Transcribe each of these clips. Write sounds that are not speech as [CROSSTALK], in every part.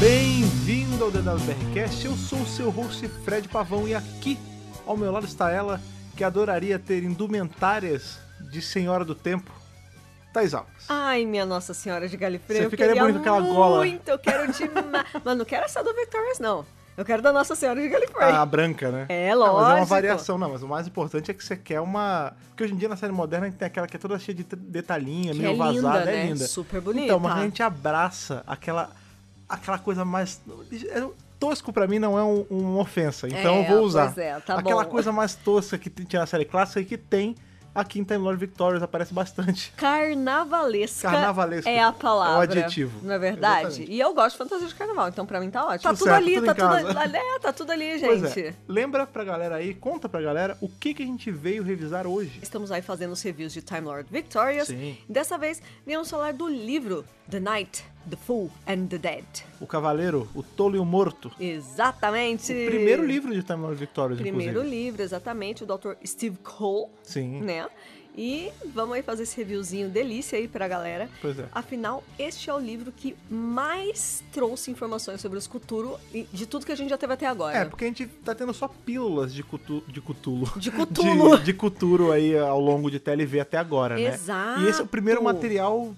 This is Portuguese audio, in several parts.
Bem-vindo ao DWBRCast, eu sou o seu host Fred Pavão e aqui ao meu lado está ela que adoraria ter indumentárias de Senhora do Tempo, Thais Alves. Ai, minha Nossa Senhora de Galifrey. Você eu ficaria queria bonito com aquela gola. Muito, eu [LAUGHS] quero demais. Mas não quero essa do Victorious, não. Eu quero da Nossa Senhora de Galifrey. A branca, né? é, Ah, lógico. mas é uma variação, não, mas o mais importante é que você quer uma. Porque hoje em dia na série moderna tem aquela que é toda cheia de t- detalhinho, Que meio é linda, vazada, é né? linda. Super bonita. Então, mas a gente abraça aquela, aquela coisa mais. é, Tosco pra mim não é um- uma ofensa, então É, eu vou usar. pois é, tá aquela bom. coisa mais tosca que tinha na série clássica e que tem aqui em Time Lord Victorious aparece bastante. [LAUGHS] Carnavalesca, Carnavalesca. é a palavra. É o adjetivo. Não é verdade? Exatamente. E eu gosto de fantasia de carnaval, então pra mim tá ótimo. Tudo tá tudo certo, ali, tudo em tá tudo casa. ali. É, tá tudo ali, Pois gente. é. Lembra pra galera aí, conta pra galera o que, que a gente veio revisar hoje. Estamos aí fazendo os reviews de Time Lord Victorious. Sim. Dessa vez, viemos falar do livro The Night, The Fool and the Dead. O Cavaleiro, o Tolo e o Morto. Exatamente. O primeiro livro de Time Lord Victorious, Primeiro inclusive. livro, exatamente, o Dr. Steve Cole, Sim. né? E vamos aí fazer esse reviewzinho delícia aí pra galera. Pois é. Afinal, este é o livro que mais trouxe informações sobre os Cthulhu e de tudo que a gente já teve até agora. É, porque a gente tá tendo só pílulas de, cutu, de cutulo. [LAUGHS] De Cthulhu. De, de Cthulhu aí ao longo de TLV até agora, né? Exato. E esse é o primeiro material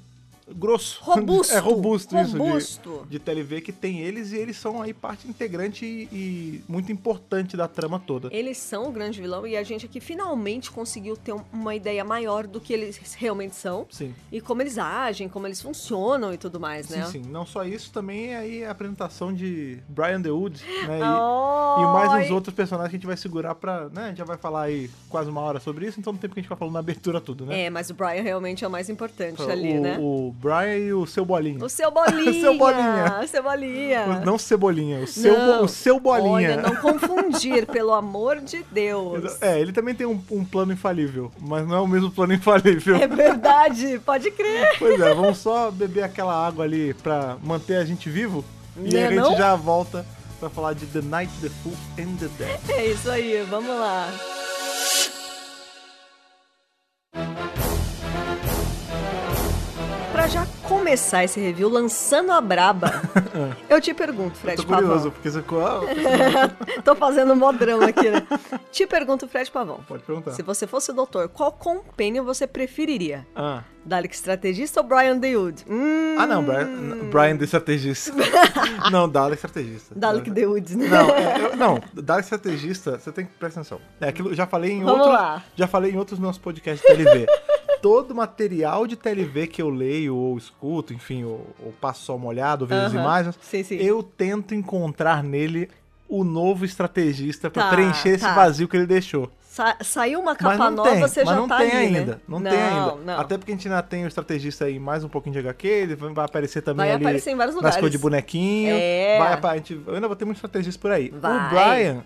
grosso. Robusto. [LAUGHS] É robusto, isso. Robusto. De, de TLV que tem eles e eles são aí parte integrante e, e muito importante da trama toda. Eles são o grande vilão e a gente aqui finalmente conseguiu ter um- uma ideia maior do que eles realmente são Sim. e como eles agem, como eles funcionam e tudo mais, Sim, né? sim. Não só isso, também é aí a apresentação de Brian The Wood, né? E, Ai. e mais uns outros personagens que a gente vai segurar pra. né? A gente já vai falar aí quase uma hora sobre isso, então não tem porque a gente vai falando na abertura tudo, né? É, mas o Brian realmente é o mais importante o, ali, né? o Brian e o seu bolinho. O [LAUGHS] seu bolinha. Seu bolinha. O seu bolinha. O- Não cebolinha, o seu, bo- Não. o seu bolinha. Olha, não confundir, pelo amor de Deus. É, [LAUGHS] ele também tem um, um plano infalível, mas não é o mesmo plano infalível. É verdade, pode crer. Pois é, vamos só beber aquela água ali pra manter a gente vivo. E Né, aí a gente não? já volta pra falar de The Night, The Fool and The Dead. É isso aí, vamos lá. Pra já começar esse review lançando [LAUGHS] a braba, eu te pergunto, Fred Tô Pavão. curioso, porque você ficou. ah, Tô fazendo modrão [LAUGHS] aqui, né? te pergunto, Fred Pavão. Pode perguntar. Se você fosse o doutor, qual compênio você preferiria? Ah. Dalek Estrategista ou Brian Dewood? Hum, Ah, não, Brian, Brian de [LAUGHS] estrategista. não, Dalek estrategista. Dalek Dewood, né? Não, é, eu- não, dar estrategista, você tem que prestar atenção. É aquilo, já falei em Vamos outro, lá. já falei em outros nossos podcasts de TLV. Todo material de TLV que eu leio ou escuto, enfim, ou, ou passo só uma olhada, ou vejo as Aham. imagens, Sim, sim. eu tento encontrar nele o novo estrategista pra Tá, preencher esse tá. vazio que ele deixou. Sa- saiu uma Mas capa não nova, tem, você mas já não tá tem ali, né? ainda, não, tem ainda. Não, Até porque a gente ainda tem o estrategista aí mais um pouquinho de HQ, ele vai vai aparecer também Vai ali aparecer em vários nas lugares. cores de bonequinho. É. Vai apa- a gente, eu ainda vou ter muitos estrategistas por aí. O Vai. Brian,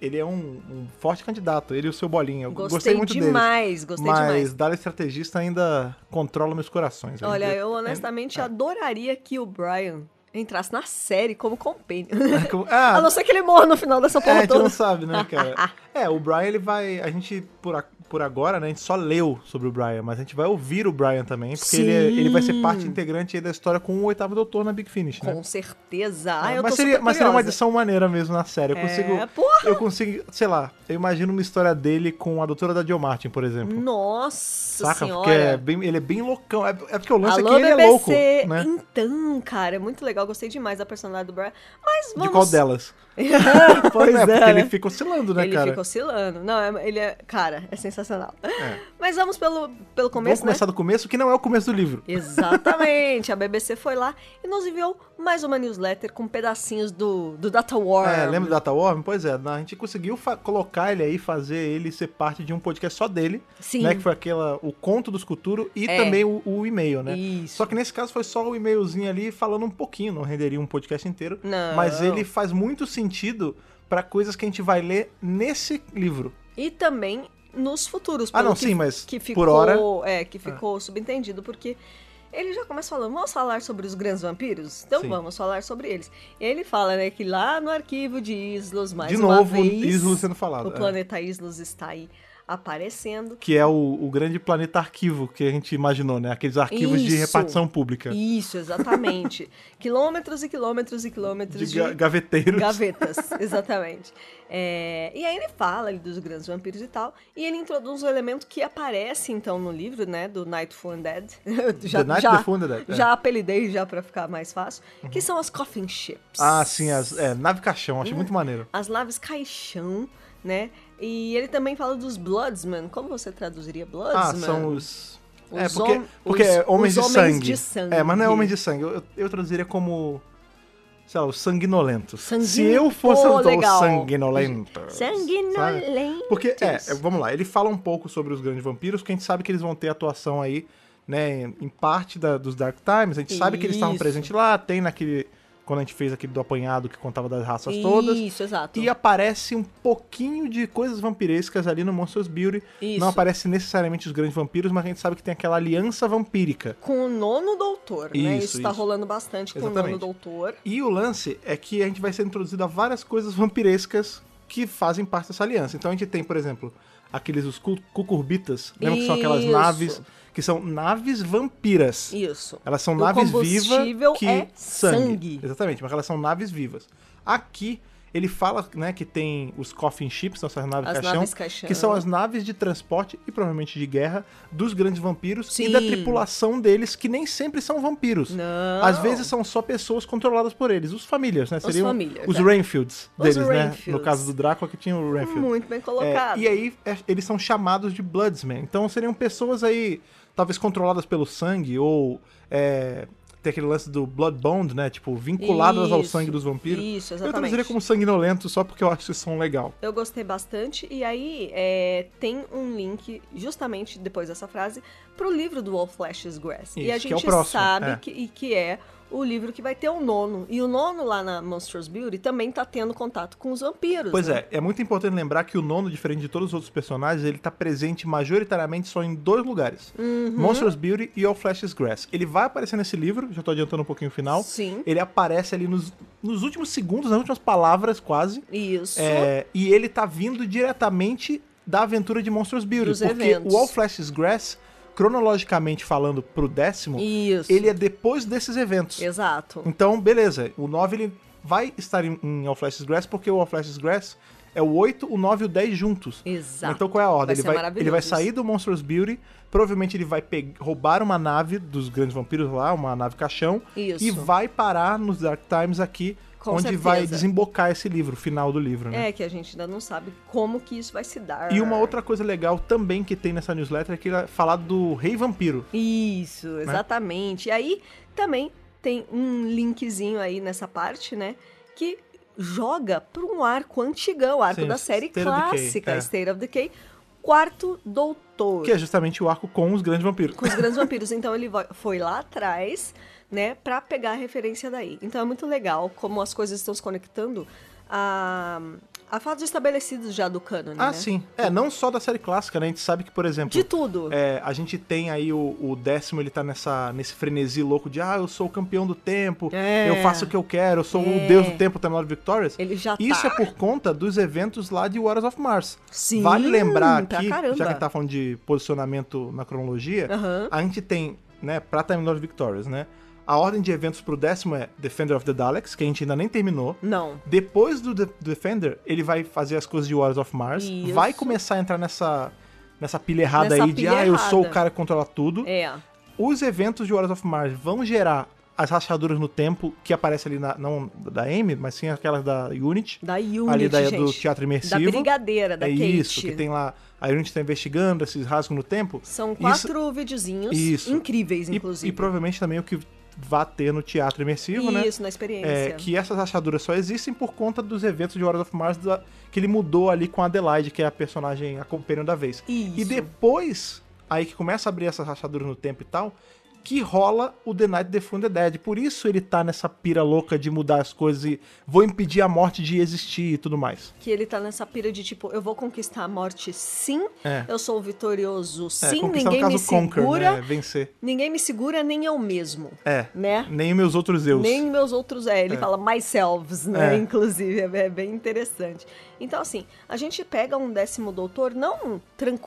ele é um, um forte candidato, ele e o seu bolinho. Eu gostei, Gostei, muito dele. demais, gostei Mas demais. dar estrategista ainda controla meus corações. Olha, ainda- eu honestamente É. adoraria que o Brian entrasse na série como compênio. [LAUGHS] Ah, [LAUGHS] A não ser que ele morra no final [LAUGHS] dessa É, a porra gente toda. não sabe, né, [LAUGHS] cara? é, o Brian, ele vai. A gente, por, a- por agora, né, a gente só leu sobre o Brian, mas a gente vai ouvir o Brian também, porque ele, é- ele vai ser parte integrante aí da história com o oitavo doutor na Big Finish, né? Com certeza. Ah, eu mas, tô seria, super mas seria uma curiosa. edição maneira mesmo na série. Eu É, consigo. porra! Eu consigo, sei lá, eu imagino uma história dele com a doutora da Jill Martin, por exemplo. Nossa Saca? senhora. Porque é bem- ele é bem loucão. É, é porque o lance Alô, é que ele BBC. é louco, né? Então, cara, é muito legal. Gostei demais da personagem do Brian. Mas vamos... De qual [LAUGHS] delas? pois é, porque né? ele fica oscilando, né, ele cara? fica oscilando. Não, é- ele é. Cara, é sensacional. É. Mas vamos pelo, pelo Vamos começo, né? começar do começo, que não é o começo do livro. Exatamente. A BBC foi lá e nos enviou mais uma newsletter com pedacinhos do, do Data War. É, lembra do Data Worm? Pois é, a gente conseguiu fa- colocar ele aí, fazer ele ser parte de um podcast só dele, Sim. né? Que foi aquela, o Conto dos Culturo e É. também o, o e-mail, né? Isso. Só que nesse caso foi só o e-mailzinho ali falando um pouquinho, não renderia um podcast inteiro. Não. Mas ele faz muito sentido pra coisas que a gente vai ler nesse livro. E também nos futuros. Ah, pelo não, que- sim, mas que por ficou, hora- É, que ficou subentendido, porque ele já começa falando, vamos falar sobre os grandes vampiros? Então Sim. vamos falar sobre eles. Ele fala, né, que lá no arquivo de Islos, mais de uma novo, vez... Islo sendo falado. O é. planeta Islos está aí aparecendo. Que é o, o grande planeta arquivo que a gente imaginou, né? Aqueles arquivos de Isso. repartição pública. [LAUGHS] Isso, exatamente. quilômetros e quilômetros e quilômetros De ga- gaveteiros. Gavetas, [LAUGHS] exatamente. É, e aí ele fala ali dos grandes vampiros e tal, e ele introduz um elemento que aparece então no livro, né, do Nightfall Undead. Eu The Night [LAUGHS] já, Before the Dead, é. Uhum. já apelidei já pra ficar mais fácil, que são as coffin ships. Ah, sim, as, é, nave caixão, achei Hum. muito maneiro. As naves caixão, né? E ele também fala dos Bloodsmen. Como você traduziria Bloodsmen? Ah, são os. é, Os porque, hom- porque os- é homens, os de, homens sangue. de sangue. É, mas não é homem de sangue. Eu, eu traduziria como. Sei lá, os sanguinolentos. Sanguin- Se eu fosse Pô, tradutor, os legal. sanguinolentos. sabe? Sanguinolentos. Porque, é, é, vamos lá, ele fala um pouco sobre os grandes vampiros, porque a gente sabe que eles vão ter atuação aí, né, em em parte da- dos Dark Times, a gente sabe que eles estavam Isso. presentes lá, tem naquele. Quando a gente fez aquele do apanhado que contava das raças todas. Isso, exato. E aparece um pouquinho de coisas vampirescas ali no Monsters Beauty. Isso. Não aparece necessariamente os grandes vampiros, mas a gente sabe que tem aquela aliança vampírica. Com o nono doutor, né? Isso, Isso, tá isso. rolando bastante com o nono Exatamente. doutor. E o lance é que a gente vai ser introduzido a várias coisas vampirescas que fazem parte dessa aliança. Então a gente tem, por exemplo, aqueles os cu- cucurbitas, lembra que são aquelas Isso. naves que são naves vampiras. Isso. Elas são O naves combustível vivas que é sangue. Exatamente, mas elas são naves vivas. Aqui ele fala, né, que tem os coffin ships, nossas naves As caixão, naves caixão. que são as naves de transporte e provavelmente de guerra dos grandes vampiros Sim. e da tripulação deles, que nem sempre são vampiros. Não. Às vezes são só pessoas controladas por eles, os famílias, né? Seriam familiars, os é. Rainfields Os deles, né? No Rainfields. caso do Drácula que tinha o Rainfield. Tá Muito bem É, colocado. e aí é, eles são chamados de Bloodsmen. Então seriam pessoas aí, talvez controladas pelo sangue, ou é, tem aquele lance do Blood Bond, né? Tipo, vinculadas ao Isso, sangue dos vampiros. Isso, eu exatamente. traduziria como sanguinolento só porque eu acho esse som legal. Eu gostei bastante. E aí é, tem um link, justamente depois dessa frase, pro livro do All Flash's Grass. e Isso, a que gente é o próximo, sabe é. que, e que é o livro que vai ter o nono. E o nono lá na Monsters Beauty também tá tendo contato com os vampiros. Pois né? é, é muito importante lembrar que o nono, diferente de todos os outros personagens, ele tá presente majoritariamente só em dois lugares: Uhum. Monsters Beauty e All Flash's Grass. Ele vai aparecer nesse livro, já tô adiantando um pouquinho o final. Sim. Ele aparece ali nos, nos últimos segundos, nas últimas palavras quase. Isso. É, e ele tá vindo diretamente da aventura de Monsters Beauty. Dos porque eventos. o All Flash's Grass, cronologicamente falando pro décimo, Isso. ele é depois desses eventos. Exato. Então, beleza. O 9 ele vai estar em, em All Flash's Grass, porque o All Flash's Grass é o 8, o 9 e o 10 juntos. Exato. Então qual é a Vai ordem? ser ele, vai, maravilhoso ele vai isso. sair do Monsters Beauty, provavelmente ele vai pe- roubar uma nave dos grandes vampiros lá, uma nave caixão, Isso. e vai parar nos Dark Times aqui, Com onde certeza. vai desembocar esse livro, o final do livro, né? É que a gente ainda não sabe como que isso vai se dar. E uma outra coisa legal também que tem nessa newsletter é que ele é falar do Rei Vampiro. Isso, né? exatamente. E aí também tem um linkzinho aí nessa parte, né? Que joga para um arco antigão, arco Sim, da série State of Decay, clássica, é. State of Decay, quarto doutor. Que é justamente o arco com os grandes vampiros. Com os grandes vampiros. Então ele vo- foi lá atrás, né, pra pegar a referência daí. Então é muito legal como as coisas estão se conectando a, a fatos estabelecidos já do cânone, Ah, né? sim. É, não só da série clássica, né? A gente sabe que, por exemplo, De tudo. É, a gente tem aí o, o décimo, ele tá nessa, nesse frenesi louco de ah, eu sou o campeão do tempo, É. eu faço o que eu quero, eu sou É. o deus do tempo, tá Time Lord Victorious. Ele já Isso tá. é por conta dos eventos lá de Wars of Mars. Sim, vale lembrar pra aqui, já caramba. que a gente tá falando de posicionamento na cronologia, Aham. a gente tem, né, pra Time Lord Victorious, né? A ordem de eventos pro décimo é Defender of the Daleks, que a gente ainda nem terminou. Não. Depois do The- Defender, ele vai fazer as coisas de Wars of Mars. Isso. Vai começar a entrar nessa, nessa pilha errada Nessa aí de pilha ah, eu sou o errada." cara que controla tudo. É. Os eventos de Wars of Mars vão gerar as rachaduras no tempo que aparece ali, na, não da Amy, mas sim aquelas da Unity. Da Unity, ali da, gente. do teatro Da imersivo. brigadeira, da é Kate. isso, que tem lá. A Unity está investigando esses rasgos no tempo. São Isso- quatro videozinhos Isso. incríveis, e, inclusive. e provavelmente também o que vá ter no teatro imersivo, né? Isso, É, na experiência. que essas rachaduras só existem por conta dos eventos de Wars of Mars da- que ele mudou ali com a Adelaide, que é a personagem a companion da vez. Isso. E depois, aí que começa a abrir essas rachaduras no tempo e tal, que rola o The Night Before the Dead. Por isso ele tá nessa pira louca de mudar as coisas e vou impedir a morte de existir e tudo mais. Que ele tá nessa pira de tipo, eu vou conquistar a morte sim, É. eu sou vitorioso É, sim, conquistar, ninguém no me caso, conquer, segura, né? Vencer. ninguém me segura nem eu mesmo, É. né? Nem meus outros eus. Nem meus outros, é, ele fala myselves, né? É. Inclusive, é bem interessante. Então, assim, a gente pega um décimo doutor não um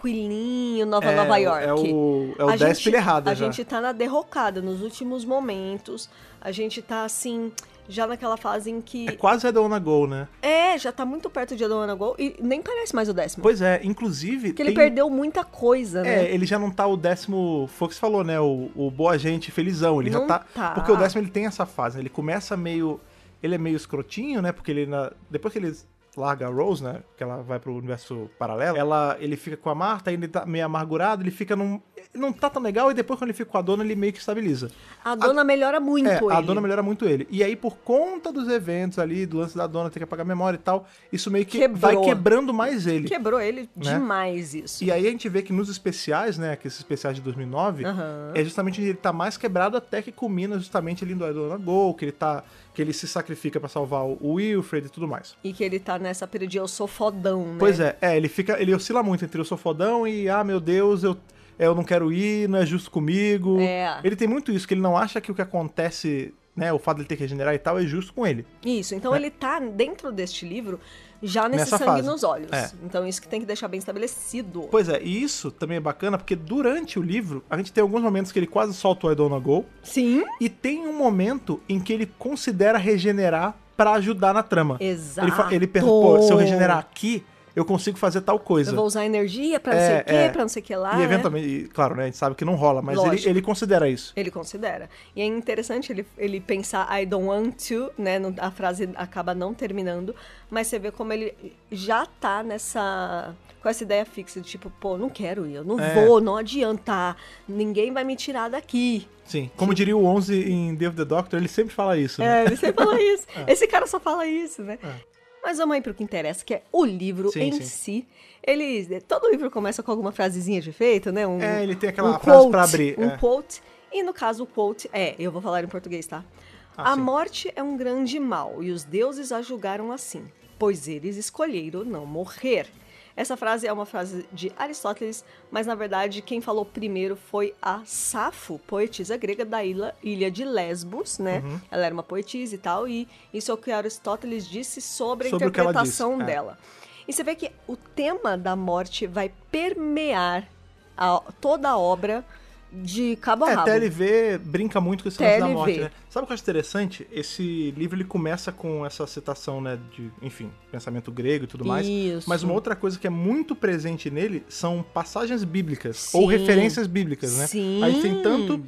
tranquilinho, Nova É, Nova é York. o- é o A décimo gente- errado A já. gente tá na derrocada, nos últimos momentos. A gente tá, assim, já naquela fase em É que... quase a Donna Go, né? É, já tá muito perto de Adoana Gol e nem parece mais o décimo. Pois é, inclusive. Porque ele tem- perdeu muita coisa, né? É, ele já não tá o décimo. Foi o que você falou, né? O, o boa gente felizão. Ele Não já tá, tá. Porque o décimo ele tem essa fase, né? Ele começa meio. Ele é meio escrotinho, né? Porque ele. na- Depois que ele larga a Rose, né? Que ela vai pro universo paralelo. Ela, ele fica com a Marta, ainda tá meio amargurado, ele fica num. Não tá tão legal, e depois quando ele fica com a dona, ele meio que estabiliza. A dona melhora muito É, ele. a dona melhora muito ele. E aí, por conta dos eventos ali, do lance da dona ter que apagar a memória e tal, isso meio que Quebrou. vai quebrando mais ele. Quebrou ele né? demais isso. E aí a gente vê que nos especiais, né, que esses especiais de 2009, Aham. é justamente onde ele tá mais quebrado até que culmina justamente ele indo a Dona Gol, que ele tá que ele se sacrifica pra salvar o Wilfred e tudo mais. E que ele tá nessa período de eu sou fodão, né? Pois é, é, ele fica, ele oscila muito entre eu sou fodão e ah, meu Deus, eu é, eu não quero ir, não é justo comigo. É. Ele tem muito isso que ele não acha que o que acontece, né, o fato dele ter que regenerar e tal é justo com ele. Isso, então ele tá dentro deste livro já nesse É. Nessa sangue fase. nos olhos. É. Então isso que tem que deixar bem estabelecido. Pois é, e isso também é bacana porque durante o livro a gente tem alguns momentos que ele quase solta o I Don't Go, Sim, E tem um momento em que ele considera regenerar pra ajudar na trama. Exato. Ele, fa- ele pensa, pô, se eu regenerar aqui, eu consigo fazer tal coisa. eu vou usar energia pra não É, sei o quê, é. pra não sei o que lá. e né? eventualmente, e, claro, né, a gente sabe que não rola, mas ele, Lógico. ele considera isso. Ele considera. E é interessante ele, ele pensar I don't want to, né? Não- A frase acaba não terminando, mas você vê como ele já tá nessa. com essa ideia fixa de tipo, pô, não quero ir, eu não É. vou, não adianta, ninguém vai me tirar daqui. Sim. Como diria o 11 em Dave the Doctor, ele sempre fala isso, né? É, ele [LAUGHS] sempre fala isso. É. Esse cara só fala isso, né? Mas vamos aí pro que interessa, que é o livro Sim, em sim. si. Ele, todo livro começa com alguma frasezinha de efeito, né? Um, É, ele tem aquela frase pra abrir, Um é. quote. E no caso, o quote é, eu vou falar em português, tá? Ah, a sim. morte é um grande mal e os deuses a julgaram assim, pois eles escolheram não morrer. Essa frase é uma frase de Aristóteles, mas na verdade quem falou primeiro foi a Safo, poetisa grega da ilha, ilha de Lesbos, né? Uhum. Ela era uma poetisa e tal, e isso é o que Aristóteles disse sobre a Sobre o que ela disse, interpretação é. dela. E você vê que o tema da morte vai permear a- toda a obra de cabo a É, rabo. TLV brinca muito com esse lance da TLV. morte, né? Sabe o que eu acho interessante? Esse livro ele começa com essa citação, né, de, enfim, pensamento grego e tudo mais. Isso. Mas uma outra coisa que é muito presente nele são passagens bíblicas Sim. ou referências bíblicas, né? Sim. Aí tem tanto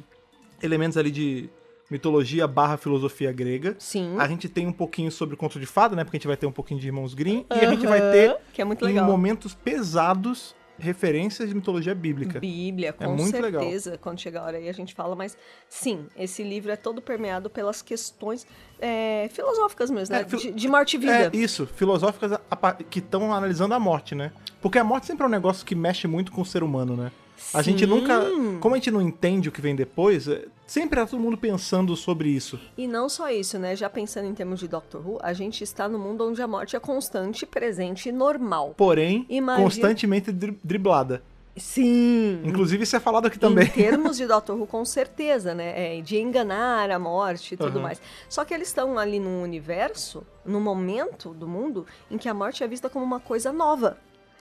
elementos ali de mitologia barra filosofia grega. Sim. A gente tem um pouquinho sobre conto de fada, né? Porque a gente vai ter um pouquinho de Irmãos Grimm. E a gente vai ter, que é muito em um legal. momentos pesados, referências de mitologia bíblica. Bíblia, com É muito legal. certeza. Quando chegar a hora aí a gente fala, mas sim, esse livro é todo permeado pelas questões é, filosóficas mesmo, né? É, fil- de, de morte e vida. É isso, filosóficas a- a- que estão analisando a morte, né? Porque a morte sempre é um negócio que mexe muito com o ser humano, né? A gente Sim. nunca. Como a gente não entende o que vem depois, é- sempre tá todo mundo pensando sobre isso. E não só isso, né? Já pensando em termos de Doctor Who, a gente está num mundo onde a morte é constante, presente e normal. Porém, Imagina- constantemente dri- driblada. Sim. Inclusive, isso é falado aqui também. Em termos de Doctor Who, com certeza, né? É, de enganar a morte e tudo Aham. mais. Só que eles estão ali num universo, num momento do mundo, em que a morte é vista como uma coisa nova.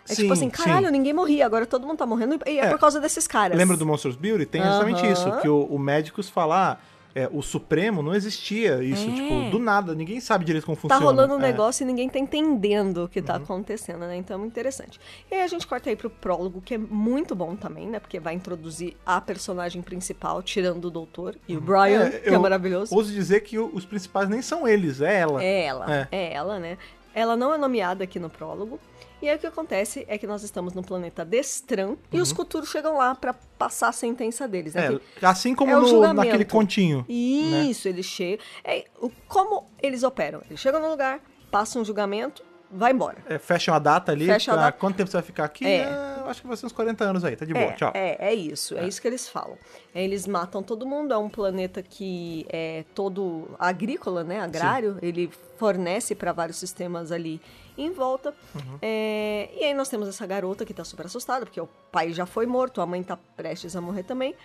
É Sim, tipo assim, sim. caralho, ninguém morria, agora todo mundo tá morrendo e é, É. por causa desses caras. Lembra do Monsters Beauty? Tem justamente Aham. isso, que o, o médicos falar. é, o Supremo não existia isso, É. tipo, do nada, ninguém sabe direito como Tá funciona. rolando um É. Uhum. negócio e ninguém tá entendendo o que tá acontecendo, né? Então é muito interessante. E aí a gente corta aí pro prólogo, que é muito bom também, né? Porque vai introduzir a personagem principal, tirando o doutor e o Brian, É, que é eu maravilhoso. Ouso dizer que o- os principais nem são eles, é ela. É ela, É. é. ela, né? Ela não é nomeada aqui no prólogo. E aí o que acontece é que nós estamos no planeta Destran e os Culturos chegam lá pra passar a sentença deles. né? Uhum. É, né? Que- assim como É o no- julgamento. naquele continho. Isso, eles chegam. É, o- como eles operam? Eles chegam no lugar, passam um julgamento, vai embora. É, fecha uma data ali, Fecha a pra data. quanto tempo você vai ficar aqui? É. Ah, eu acho que vai ser uns 40 anos aí, tá de boa, É, tchau. é, é isso, é. isso que eles falam. É, Eles matam todo mundo, é um planeta que é todo agrícola, né, agrário, ele fornece para vários sistemas ali em volta. Uhum. É, e aí nós temos essa garota que tá super assustada, porque o pai já foi morto, a mãe tá prestes a morrer também.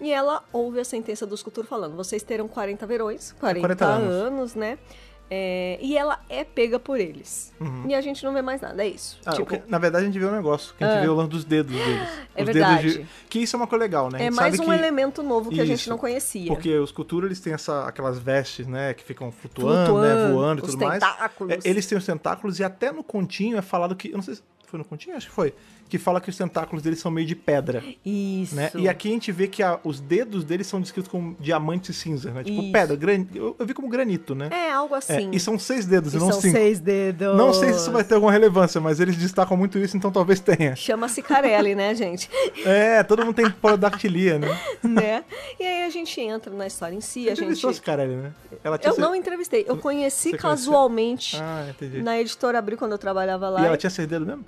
E ela ouve a sentença dos Cultura falando: vocês terão 40 verões, 40, 40 É, anos. anos, né? É, e ela é pega por eles. E a gente não vê mais nada, é isso. Uhum. Ah, tipo, Ah. o que- na verdade, a gente vê o negócio, que a gente vê o lance dos dedos deles. É os verdade. dedos de. Que isso é uma coisa legal, né? A é gente mais sabe um que- elemento novo que a gente Isso, não conhecia. Porque os culturas eles têm essa, aquelas vestes, né? Que ficam flutuando, né? Voando e os tudo tentáculos. mais. É, eles têm os tentáculos e até no continho é falado que. Eu não sei se foi no continho, acho que foi. Que fala que os tentáculos deles são meio de pedra. Isso. Né? E aqui a gente vê que a- os dedos deles são descritos como diamantes cinzas, né? Tipo Isso. pedra, gran, eu, eu vi como granito, né? É, algo É, assim. e são seis dedos, E e não são cinco. seis dedos. Não sei se isso vai ter alguma relevância, mas eles destacam muito isso, então talvez tenha. Chama-se Carelli, [LAUGHS] né, gente? É, todo mundo tem parodactilia, [LAUGHS] né? né? E aí a gente entra na história em si, a gente... Entrevistou esse cara ali, né? Ela tinha Eu cer- não entrevistei, eu Você conheci conheceu? casualmente Ah, entendi. na Editora Abril, quando eu trabalhava lá. E ela tinha seis dedos mesmo?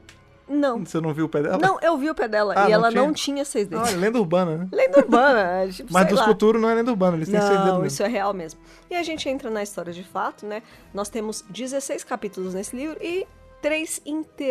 Não, Você não viu o pé dela? não, eu vi o pé dela, Ah, e não ela tinha? não tinha seis dedos. Olha, lenda urbana, né? Lenda urbana, tipo, Mas sei dos lá. futuros não é lenda urbana, eles têm seis dedos Não, mesmo. isso é real mesmo. E a gente entra na história de fato, né? Nós temos 16 capítulos nesse livro e três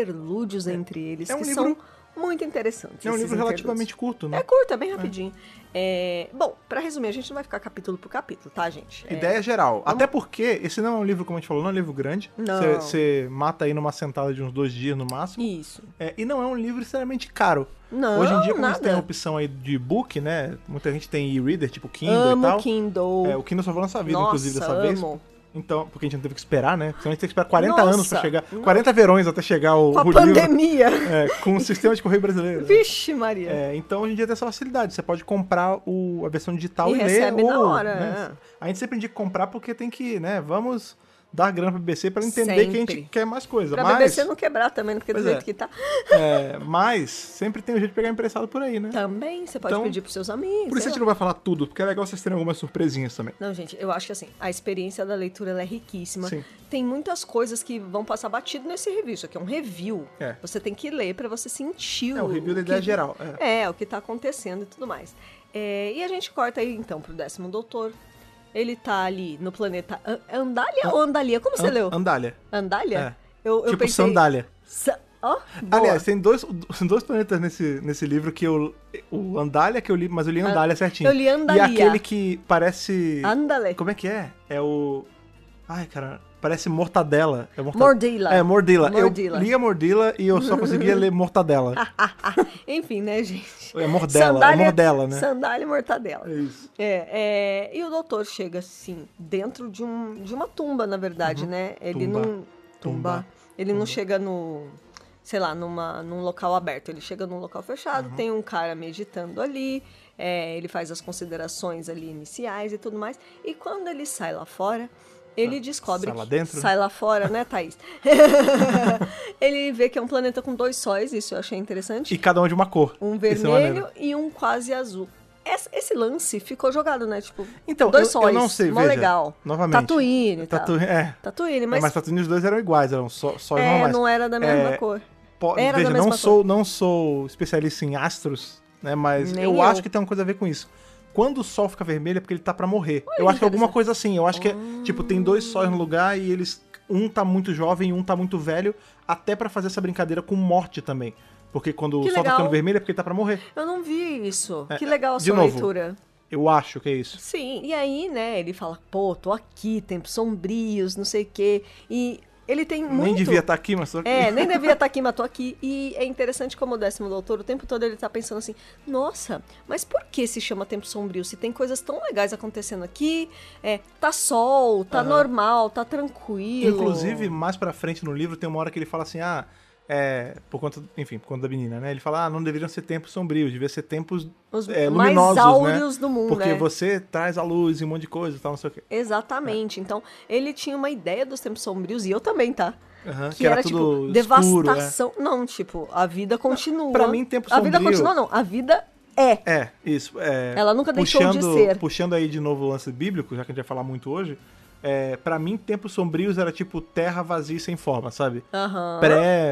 interlúdios entre eles, é um que livro- são muito interessantes. É um esses livro interlúdios. relativamente curto, né? É curto, é bem rapidinho. É, Bom, pra resumir, a gente não vai ficar capítulo por capítulo, tá, gente? É, Ideia geral. Até porque esse não é um livro, como a gente falou, não é um livro grande. Não. Você- Você mata aí numa sentada de uns dois dias no máximo. Isso. É, e não é um livro extremamente caro. Não, Hoje em dia, como nada. você tem a opção aí de e-book, né? Muita gente tem e-reader, tipo Kindle Amo e tal. Kindle. É, o Kindle salvou nossa vida, Nossa, inclusive, dessa vez. amo. Então, porque a gente não teve que esperar, né? Senão a gente tem que esperar 40 Nossa. anos pra chegar. 40 verões até chegar o, Com a o livro. [LAUGHS] pandemia. É, com o sistema de correio brasileiro. né? Vixe, Maria. É, então hoje em dia tem essa facilidade. Você pode comprar o- a versão digital E e, ler. recebe na ou, hora, né? é. A gente sempre indica comprar porque tem que, né? Vamos dar grana pro BBC pra entender que a gente Sempre. quer mais coisa. Pra mas, BBC não quebrar também, porque do Pois jeito é. que tá. é, mas sempre tem um jeito de pegar emprestado por aí, né? Também você pode Então, pedir pros seus amigos. Por isso Tá, sei a lá. gente não vai falar tudo, porque é legal vocês terem algumas surpresinhas também. Não, gente, eu acho que assim, a experiência da leitura ela é riquíssima. Sim. Tem muitas coisas que vão passar batido nesse review. Isso aqui é um review. É. Você tem que ler pra você sentir É, o review da que- ideia geral, É. o que tá acontecendo e tudo mais. É, e a gente corta aí então pro décimo doutor. Ele tá ali no planeta An- Andália ou Andalia? Como você An- leu? Andália. Andália? É. Eu, eu tipo pensei. sandália. Sa- Ó, boa. Aliás, tem dois, [LAUGHS] dois planetas nesse, nesse livro que eu. O Andália que eu li, mas eu li Andália certinho. Ah, eu li E Andalia. aquele que parece. Andale. Como é que é? É o. Ai, cara, parece mortadela. É morta- Mordila. É, mordila. Mordila. Ah. Eu li a mordila e eu só [LAUGHS] conseguia ler mortadela. Enfim, né, gente? É mordela, é mordela, né? Sandália e mortadela. É isso. É, é, e o doutor chega assim, dentro de, um, de uma tumba, na verdade, né? Ele Uhum. Tumba. não. Tumba. Ele não chega no. Sei lá, numa, num local aberto. Ele chega num local fechado, Uhum. tem um cara meditando ali, é, ele faz as considerações ali iniciais e tudo mais. E quando ele sai lá fora, ele descobre. Ah, sai lá que- dentro? Sai lá fora, né, [LAUGHS] Thaís? [LAUGHS] ele vê que é um planeta com dois sóis, isso eu achei interessante. E cada um de uma cor. Um Isso é maneiro. vermelho e um quase azul. Esse, esse lance ficou jogado, né? Tipo, Então, dois eu, sóis. eu não sei, mó veja. legal. Novamente. Tatuíne, tá? Tatu... É. Tatuíne, Mas, mas, mas Tatooine os dois eram iguais, eram só, só é, normais. não era da mesma É, cor. Po- Era da Veja, mesma não sou, não sou especialista em astros, né? Mas Nem eu, eu. acho que tem uma coisa a ver com isso. Quando o sol fica vermelho é porque ele tá pra morrer. eu acho que é alguma coisa assim. Eu acho que é, tipo, tem dois sóis no lugar e eles. Um tá muito jovem e um tá muito velho, até pra fazer essa brincadeira com morte também. Porque quando o Que sol tá ficando legal. vermelho é porque ele tá pra morrer. Eu não vi isso. que legal a É, de sua novo. leitura. Eu acho que é isso. Sim. E aí, né, ele fala, pô, tô aqui, tempos sombrios, não sei o quê. E ele tem muito... Nem devia estar aqui, mas só que. É, nem devia estar aqui, mas tô aqui. E é interessante como o décimo doutor, o tempo todo ele tá pensando assim, nossa, mas por que se chama tempo sombrio? Se tem coisas tão legais acontecendo aqui, é, tá sol, tá normal, tá tranquilo. Inclusive, mais pra frente no livro, tem uma hora que ele fala assim, ah, é, por conta, enfim, por conta da menina, né? Ele fala, ah, não deveriam ser tempos sombrios, devia ser tempos Os é, mais luminosos, áureos né? do mundo, Porque né? você traz a luz e um monte de coisa e tal, não sei o quê. Exatamente. Então, ele tinha uma ideia dos tempos sombrios, e eu também, tá? Aham, Que, que era era, tudo tipo, escuro, é. devastação. Não, tipo, a vida continua. pra mim, tempo A vida sombrio- continua, não. A vida é. É, isso. é, Ela nunca deixou de puxando- ser. Puxando aí de novo o lance bíblico, já que a gente vai falar muito hoje, é, para mim, tempos sombrios era tipo terra vazia e sem forma, sabe? Aham.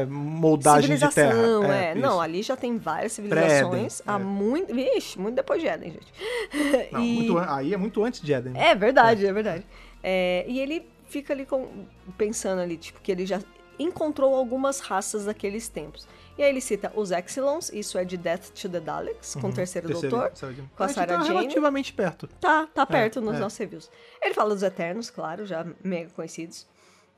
Pré-moldagem de terra. Civilização, é. isso. Não, ali já tem várias Pré-Éden, civilizações. Há é. muito. Vixe, muito depois de Éden, gente. Não, [LAUGHS] E- muito an- aí é muito antes de Éden. né? É verdade, é, verdade. É, e ele fica ali com- pensando ali, tipo, que ele já encontrou algumas raças daqueles tempos. E aí ele cita os Exilons, isso é de Death to the Daleks, com o terceiro, É, doutor. Uhum. terceiro- com a gente Sarah tá Jane. relativamente perto. Tá, tá perto nos é. nossos reviews. Ele fala dos Eternos, claro, já mega conhecidos.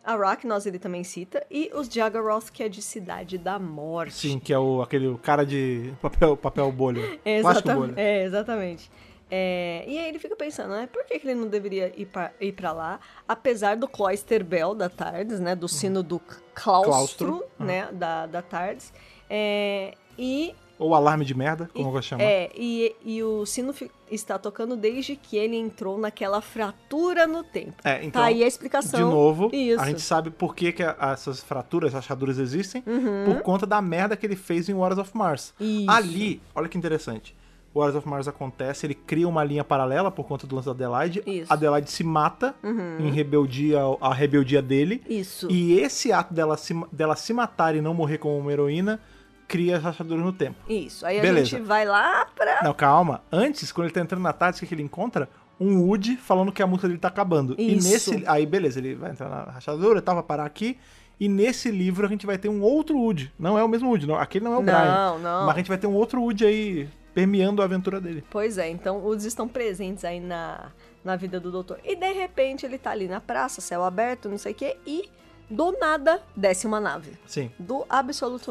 Arachnos ele também cita, e os Jaggeroth, que é de Cidade da Morte. Sim, que é o, aquele cara de papel, papel bolha. É, plástico exata- bolha. é, exatamente. É, e aí ele fica pensando, né? Por que, que ele não deveria ir pra, ir pra lá? Apesar do Cloister Bell da Tardes, né? Do sino do c- claustro, Uhum. Claustro, uhum. aham. né? Da, da Tardes. É, e, Ou alarme de merda, como eu gosto de chamar. é, e, e o sino fi- está tocando desde que ele entrou naquela fratura no tempo. É, então, tá aí a explicação. De novo, Isso. a gente sabe por que, que a- essas fraturas, rachaduras existem, por conta da merda que ele fez em Wars of Mars. Uhum. Isso. Ali, olha que interessante. Wars of Mars acontece, ele cria uma linha paralela por conta do lance da Adelaide. Isso. Uhum. Adelaide se mata em rebeldia ao- à rebeldia dele. Isso. E esse ato dela se, dela se matar e não morrer como uma heroína cria as rachaduras no tempo. Isso. Aí a Beleza. gente vai lá pra. Não, calma. Antes, quando ele tá entrando na tarde, o que que ele encontra? Um Woody falando que a música dele tá acabando. Isso. E nesse. Aí, beleza, ele vai entrar na rachadura e tal, vai parar aqui. E nesse livro a gente vai ter um outro Woody. Não é o mesmo Woody, não. Aquele não é o Brian. não, não. Mas a gente vai ter um outro Woody aí permeando a aventura dele. Pois é, então os estão presentes aí na, na vida do doutor. E de repente ele tá ali na praça, céu aberto, não sei o quê, e do nada desce uma nave. Sim. Do absoluto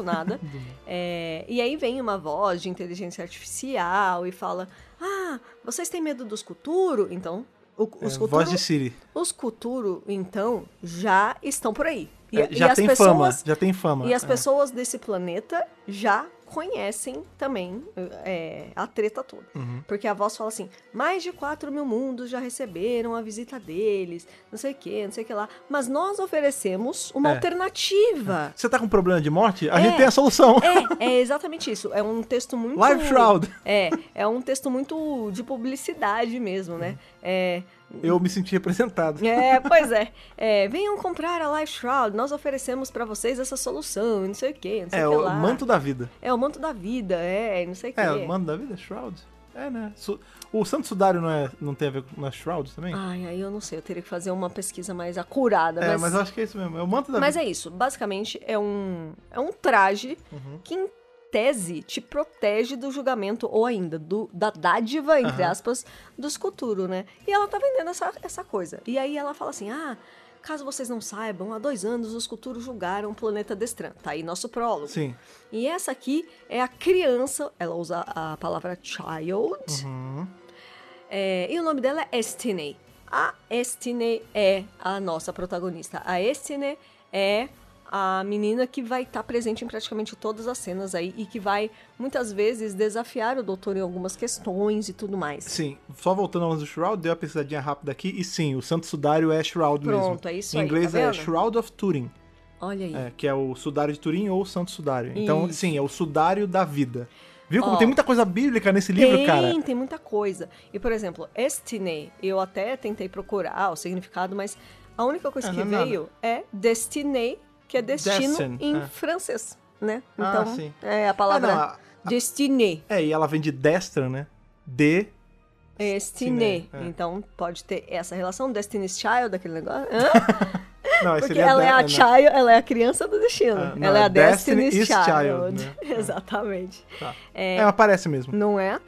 [LAUGHS] nada. É, e aí vem uma voz de inteligência artificial e fala: Ah, vocês têm medo dos Cuturo? Então, o- os É, Cuturo. voz de Siri. Os Cuturo, então, já estão por aí. E, É, e já as tem pessoas. fama. Já tem fama. E as É. pessoas desse planeta já conhecem também é, a treta toda. Uhum. Porque a voz fala assim: mais de 4 mil mundos já receberam a visita deles, não sei o que, não sei o que lá. Mas nós oferecemos uma É. alternativa. Você tá com problema de morte? A É. gente tem a [LAUGHS] solução. É, é exatamente isso. É um texto muito. Live Shroud. É, é um texto muito de publicidade mesmo, Uhum. né? É, Eu me senti representado. é, pois é. É, Venham comprar a Life Shroud, nós oferecemos pra vocês essa solução, e não sei o quê, não sei É, o que o lá. manto da vida. É o manto da vida, é, e não sei o quê. É, o mano da vida, Shroud? É, né? Su- O Santo Sudário não, é, não tem a ver com não é Shroud também? Ai, aí eu não sei, eu teria que fazer uma pesquisa mais acurada, é, mas... mas eu acho que é isso mesmo. É o manto da mas vida. é isso, basicamente é um, é um traje Uhum. que em tese te protege do julgamento, ou ainda do, da dádiva, entre Aham. aspas, dos Cthulhu, né? E ela tá vendendo essa, essa coisa. E aí ela fala assim, ah... Caso vocês não saibam, há dois anos os Cthulhu julgaram o planeta Destran. Tá aí nosso prólogo. Sim. E essa aqui é a criança, ela usa a palavra child, Uhum. É, e o nome dela é Estine. A Estine é a nossa protagonista. A Estine é a menina que vai estar presente em praticamente todas as cenas aí e que vai muitas vezes desafiar o doutor em algumas questões e tudo mais. Sim. Só voltando ao lance do Shroud, dei uma pesquisadinha rápida aqui. E sim, o Santo Sudário é Shroud mesmo. Pronto, é isso Em aí, inglês tá é vendo? Shroud of Turin, Olha aí. é, que é o Sudário de Turim ou o Santo Sudário. Então, Isso. sim, é o Sudário da vida. Viu como Ó. tem muita coisa bíblica nesse livro, tem, cara? tem muita coisa. E, por exemplo, Estine, eu até tentei procurar o significado, mas a única coisa É, que não é nada. veio é destine, que é destino Destin, em é. francês, né? Ah, Então, sim. é a Ah, palavra não, a- destine. É, e ela vem de Destra, né? De. Destiny. Destiny, é. Então pode ter essa relação, Destiny's Child, aquele negócio. Hã? Não, [LAUGHS] Porque seria ela é de- a né? Child, ela é a criança do destino. Ah, não, ela é é a Destiny's, Destiny's Child. Child, né? [LAUGHS] Exatamente. Tá. É, É, ela parece mesmo. Não é?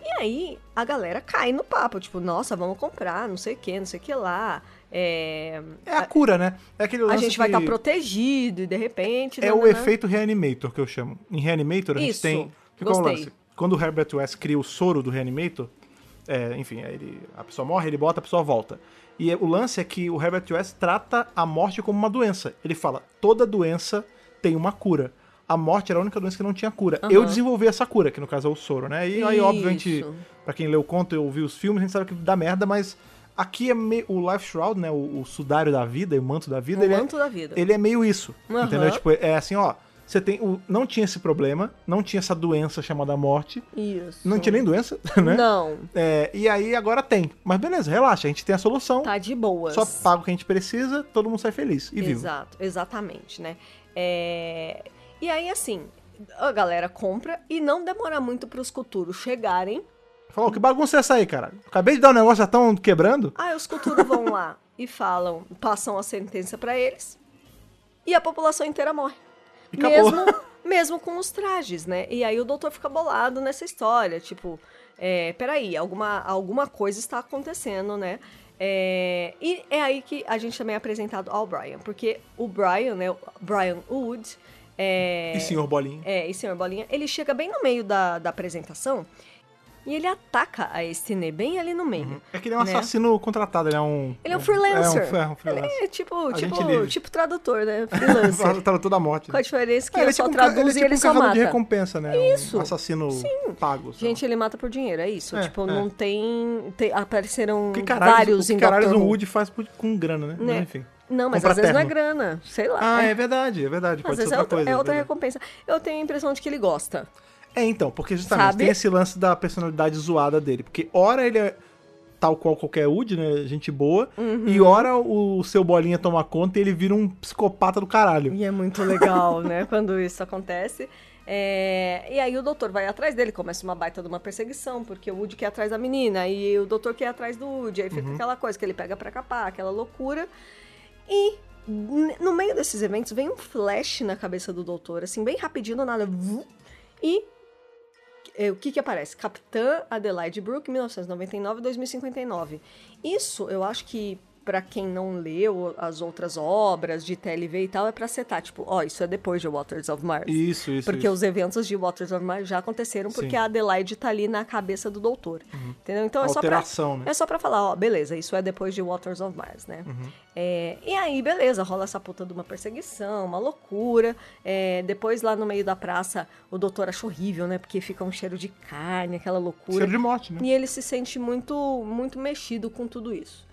E aí a galera cai no papo, tipo, nossa, vamos comprar, não sei o que, não sei o que lá. É, É a cura, né? É aquele a lance gente vai que- estar protegido e de repente. né, É o nananã. efeito Reanimator que eu chamo. Em Reanimator a gente Isso. tem. que qual é o Gostei. lance? Quando o Herbert West cria o soro do Reanimator, é, enfim, aí ele, a pessoa morre, ele bota, a pessoa volta. E é- o lance é que o Herbert West trata a morte como uma doença. Ele fala: toda doença tem uma cura. A morte era a única doença que não tinha cura. Eu desenvolvi essa cura, que no caso é o soro, né? E aí, óbvio, a gente. Isso. Pra quem leu o conto e ouviu os filmes, a gente sabe que dá merda, mas aqui é meio. O Life Shroud, né? O, o sudário da vida e o manto da vida. O ele é- manto da vida. ele é meio isso. Aham. Entendeu? Tipo, é assim, ó. Você tem. O, não tinha esse problema, não tinha essa doença chamada morte. Isso. Não tinha nem doença, [LAUGHS] né? Não, É, e aí agora tem. Mas beleza, relaxa, a gente tem a solução. tá de boas. Só paga o que a gente precisa, todo mundo sai feliz e vivo. Exato, exatamente, né? É, E aí, assim, a galera compra e não demora muito para os culturos chegarem. Falou, que bagunça é essa aí, cara? Acabei de dar um negócio, já tão quebrando? Aí Ah, os culturos vão lá e falam, passam a sentença para eles e a população inteira morre. E acabou. Mesmo, mesmo com os trajes, né? E aí o doutor fica bolado nessa história, tipo, é, peraí, alguma, alguma coisa está acontecendo, né? É, e é aí que a gente também é apresentado ao Brian, porque o Brian, né, o Brian Wood, é, E senhor Bolinha. é, e Sr. Bolinha, ele chega bem no meio da, da apresentação e ele ataca a Estine bem ali no meio. É que ele é um né? assassino contratado, ele é um. Ele é um freelancer. É um, é um freelancer. É tipo, Agente tipo, livre. tipo tradutor, né? [LAUGHS] Freelancer. Tá toda a morte. Com a diferença que É, eu ele é só tipo um ca- traduzo ele é e tipo ele um só caçador de mata. recompensa, né? Isso. Um assassino Sim. pago. sei lá. Gente, ele mata por dinheiro, é isso. É, tipo, é. não tem. tem- apareceram que caralho, Hum, vários o em que caralho Doctor o Who. Wood faz por- com grana, né? Né? Mas, enfim. Não, mas Compra às vezes não é terno. grana. Sei lá. Ah, é. é verdade, é verdade. Às Pode ser vezes outra é outra, coisa. tá é outra verdade. recompensa. Eu tenho a impressão de que ele gosta. É, então, porque justamente Sabe? tem esse lance da personalidade zoada dele. Porque ora ele é tal qual qualquer Wood, né? Gente boa. Uhum. E ora o seu bolinha toma conta e ele vira um psicopata do caralho. E é muito legal, né? [LAUGHS] Quando isso acontece. É, E aí o doutor vai atrás dele, começa uma baita de uma perseguição, porque o Woody quer ir atrás da menina, e o doutor quer ir atrás do Woody, aí fica aquela coisa que ele pega pra capar, aquela loucura. E n- no meio desses eventos vem um flash na cabeça do doutor, assim, bem rapidinho, do nada. vu, E é, o que que aparece? Capitã Adelaide Brooke, 1999-2059. Isso, eu acho que pra quem não leu as outras obras de TLV e tal, é pra setar, tipo, ó, isso é depois de Waters of Mars. Isso, isso. Porque isso. os eventos de Waters of Mars já aconteceram porque Sim. Uhum. a Adelaide tá ali na cabeça do doutor. Entendeu? Então é só pra. Alteração, né? É só pra falar, ó, beleza, isso é depois de Waters of Mars, né? Uhum. É, e aí, beleza, rola essa puta de uma perseguição, uma loucura. É, depois, lá no meio da praça, o doutor acha horrível, né? Porque fica um cheiro de carne, aquela loucura. Cheiro de morte, né? E ele se sente muito, muito mexido com tudo isso.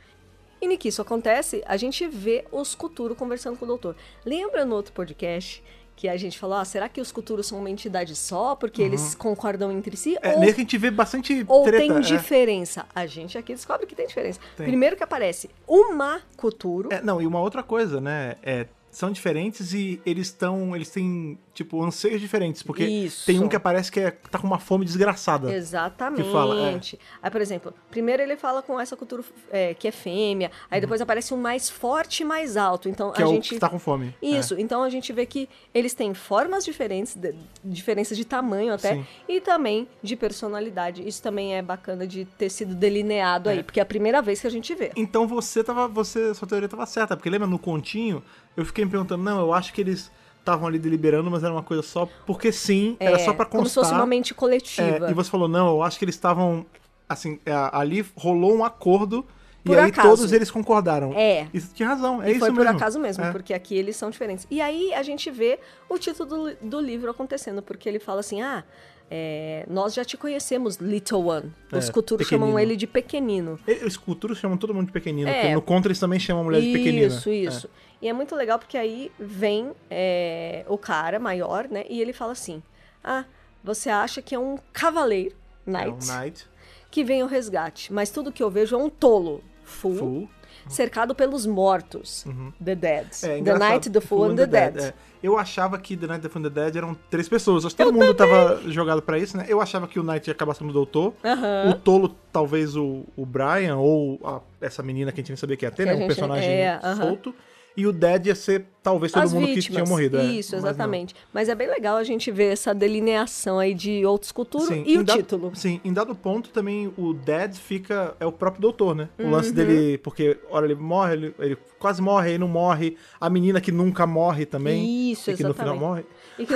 E no que isso acontece, a gente vê os Cuturo conversando com o doutor. Lembra no outro podcast que a gente falou, ah, será que os Cuturo são uma entidade só porque eles concordam entre si? Uhum. É, ou nesse que a gente vê bastante ou treta. tem é. diferença? A gente aqui descobre que tem diferença. Tem. Primeiro que aparece uma Cuturo. É, não, e uma outra coisa, né? É, são diferentes e eles estão. Eles têm, tipo, anseios diferentes. Porque Isso. tem um que aparece que é, tá com uma fome desgraçada. Exatamente. Que fala, é. Aí, por exemplo, primeiro ele fala com essa cultura é, que é fêmea, aí depois aparece um mais forte e mais alto. Então Uhum. que a é o gente. que tá com fome. Isso, então a gente vê que eles têm formas diferentes, de- diferenças de tamanho até, Sim. e também de personalidade. Isso também é bacana de ter sido delineado aí, porque é a primeira vez que a gente vê. Então você tava. Você, sua teoria tava certa, porque lembra no continho, eu fiquei me perguntando, não, eu acho que eles estavam ali deliberando, mas era uma coisa só, porque sim, era só pra constar. É, Como se fosse uma mente coletiva. É, e você falou, não, eu acho que eles estavam. Assim, é, ali rolou um acordo Por e aí acaso. todos eles concordaram. É. Isso tinha razão, é E isso foi mesmo. por acaso mesmo, É. porque aqui eles são diferentes. E aí a gente vê o título do, do livro acontecendo, porque ele fala assim: ah, é, nós já te conhecemos, Little One. Os É, culturos pequenino. chamam ele de pequenino. E- Os culturos chamam todo mundo de pequenino, É. porque no contra eles também chamam a mulher de pequenina. Isso, isso. E é muito legal porque aí vem é, o cara maior, né? E ele fala assim: ah, você acha que é um cavaleiro, É. knight, É um knight, que vem ao resgate, mas tudo que eu vejo é um tolo, fool, fool. cercado pelos mortos, the dead. É, the engraçado, knight, the fool and the dead. é. Eu achava que The Night the Fun the Dead eram três pessoas. Acho que todo mundo estava tava jogado pra isso, né? Eu achava que o Knight ia acabar sendo o doutor. Aham. O tolo, talvez o, o Brian, ou a- essa menina que a gente não sabia que ia ter, Que né? a Um gente- personagem é, aham. solto. E o Dead ia ser talvez todo As mundo vítimas. que tinha morrido. é. Isso, Mas não. exatamente. Mas, é bem legal a gente ver essa delineação aí de outros culturas Sim, e em o dado- título. Sim, em dado ponto também o Dead fica. É o próprio doutor, né? O Uhum. lance dele. Porque, hora ele morre, ele, ele quase morre, aí não morre. A menina que nunca morre também. Isso, e que no final exatamente. morre. E que-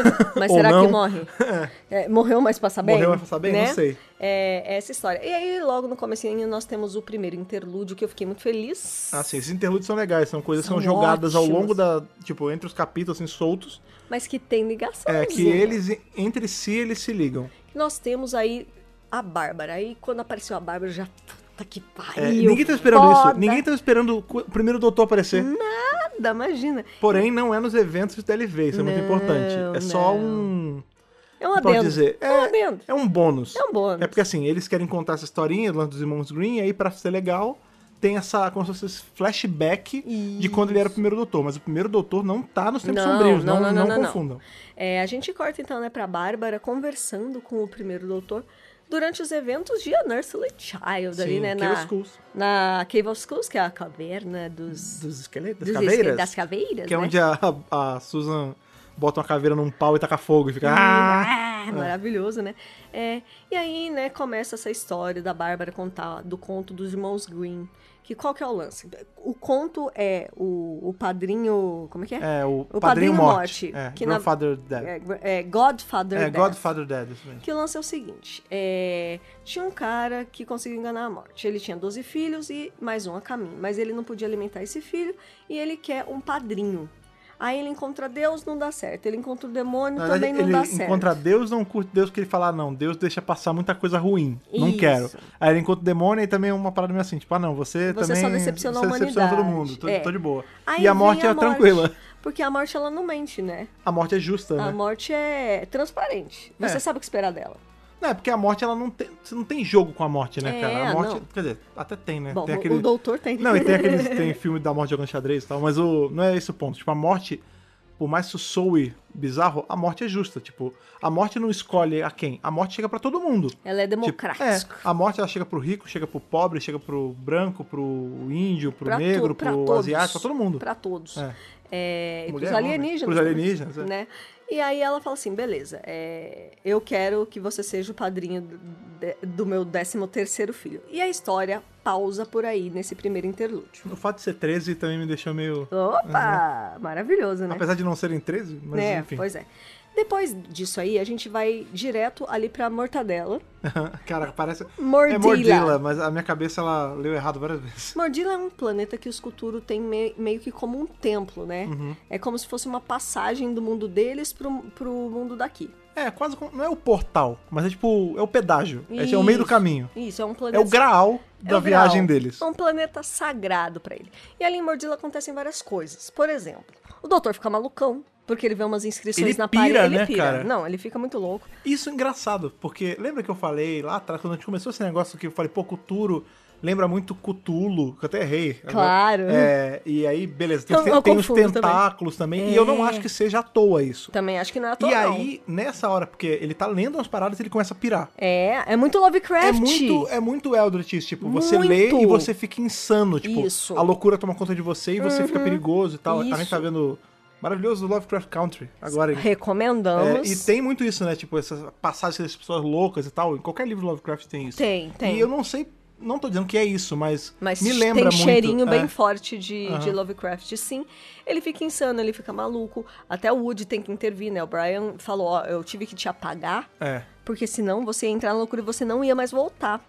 [LAUGHS] Mas Ou será que não. morre? É, morreu, mas passa bem? Morreu, mas passa bem? Né? Não sei. É, é essa história. E aí, logo no comecinho, nós temos o primeiro interlúdio, que eu fiquei muito feliz. Assim, esses interlúdios são legais, são coisas que São são jogadas ao ótimos. longo da. Tipo, entre os capítulos, assim, soltos. Mas que tem ligação. É que eles, entre si, eles se ligam. Nós temos aí a Bárbara. Aí, quando apareceu a Bárbara, eu já... Puta que pariu. É, ninguém tá esperando foda. isso. Ninguém tá esperando o cu- o primeiro doutor aparecer. Nada, imagina. Porém, não é nos eventos de TLV, isso é muito Não, importante. É só não. um. É um Como pode adendo. dizer? É um adendo. É um bônus. É um bônus. É porque assim, eles querem contar essa historinha lá dos irmãos Green, e aí pra ser legal, tem essa, como se fosse esse flashback de quando ele era o primeiro doutor. Mas o primeiro doutor não tá nos tempos Não, sombrios, não, não, não, não, não, não, não. confundam. É, a gente corta então, né, pra Bárbara conversando com o primeiro doutor durante os eventos de A Nursery Child ali, Sim, é né? Cave Na, of Schools. na Cave of Schools, que é a caverna dos. Dos esqueletos, dos das caveiras. Das caveiras. que é né? onde a, a Susan bota uma caveira num pau e taca fogo e fica. "Ah!" Ah, maravilhoso, né? É, e aí, né, começa essa história da Bárbara contar do conto dos irmãos Green. Que qual que é o lance? O conto é o, o padrinho. Como é que é? É, o, O Padrinho, Padrinho Morte. Morte, É, que na- Grandfather Dead. É, É, é Godfather. Death. Godfather Dead, isso mesmo. Que o lance é o seguinte: é, tinha um cara que conseguiu enganar a morte. Ele tinha 12 filhos e mais um a caminho, mas ele não podia alimentar esse filho e ele quer um padrinho. Aí ele encontra Deus, não dá certo. Ele encontra o demônio, Na também verdade, não dá Ah, ele certo. encontra Deus, não curte Deus, porque ele fala, ah, não, Deus deixa passar muita coisa ruim, não Isso. quero. Aí ele encontra o demônio e também é uma parada meio assim, tipo, ah, não, você, Você também... só decepcionou você a decepciona todo humanidade. mundo, tô, É. tô de boa. Aí e a vem morte é tranquila. Porque a morte ela não mente, né? A morte é justa, A né? morte é transparente. Você É. sabe o que esperar dela. Não, é porque a morte, ela não tem... Você não tem jogo com a morte, né, É, cara? A morte... não. Quer dizer, até tem, né? Bom, tem o- aquele... o doutor tem. Não, e tem [LAUGHS] aqueles. Tem filme da morte jogando xadrez e tal, mas o, não é esse o ponto. Tipo, a morte, por mais que soe bizarro, a morte é justa. Tipo, a morte não escolhe a quem. A morte chega pra todo mundo. Ela é Tipo, democrática. é, a morte ela chega pro rico, chega pro pobre, chega pro branco, pro índio, pro Pra tu- negro, pra pro todos. asiático, pra todo mundo. Pra todos. É. É, e Mulher, pros homem, alienígenas. pros né? alienígenas, é. Né? E aí ela fala assim, beleza, é, eu quero que você seja o padrinho do- de- do meu 13 terceiro filho. E a história pausa por aí, nesse primeiro interlúdio. O fato de ser 13 também me deixou meio. Opa! Maravilhoso, né? Uhum. Apesar de não serem 13, mas É, enfim. Pois é. Depois disso aí, a gente vai direto ali pra Mortadela. [LAUGHS] Cara, parece. Mordila. É mordila, mas a minha cabeça ela leu errado várias vezes. Mordila é um planeta que os Cthulhu tem me- meio que como um templo, né? Uhum. É como se fosse uma passagem do mundo deles pro, pro mundo daqui. É, quase. como- Não é o portal, mas é tipo. É o pedágio. É, é o meio do Isso. caminho. Isso, é um planeta... É o graal é da o grau. viagem deles. É um planeta sagrado pra ele. E ali em Mordila acontecem várias coisas. Por exemplo, o doutor fica malucão, porque ele vê umas inscrições Ele na pira, parede. né, Ele pira, cara? Não, ele fica muito louco. Isso é engraçado, porque lembra que eu falei lá atrás, quando a gente começou esse negócio que eu falei, pô, Cuturo lembra muito Cutulo, que eu até errei. Claro. É, e aí, beleza, tem, Eu- eu tem os confundo também. É. tentáculos também, e eu não acho que seja à toa isso. Também acho que não é à toa, E não. aí, nessa hora, porque ele tá lendo umas paradas e ele começa a pirar. É, é muito Lovecraft. É muito, é muito Eldritch, tipo, você Muito. lê e você fica insano, tipo, Isso. Uhum. a loucura toma conta de você e você fica perigoso e tal. A gente Isso. tá vendo maravilhoso Lovecraft Country agora. É, Recomendamos. e tem muito isso, né? Tipo, essas passagens das pessoas loucas e tal. Em qualquer livro Lovecraft tem isso. Tem, tem. E eu não sei, não tô dizendo que é isso, mas, Mas me lembra muito. tem cheirinho bem é. forte de, de Lovecraft, sim. Ele fica insano, ele fica maluco. Até o Woody tem que intervir, né? O Brian falou, ó, eu tive que te apagar, É. porque senão você ia entrar na loucura e você não ia mais voltar,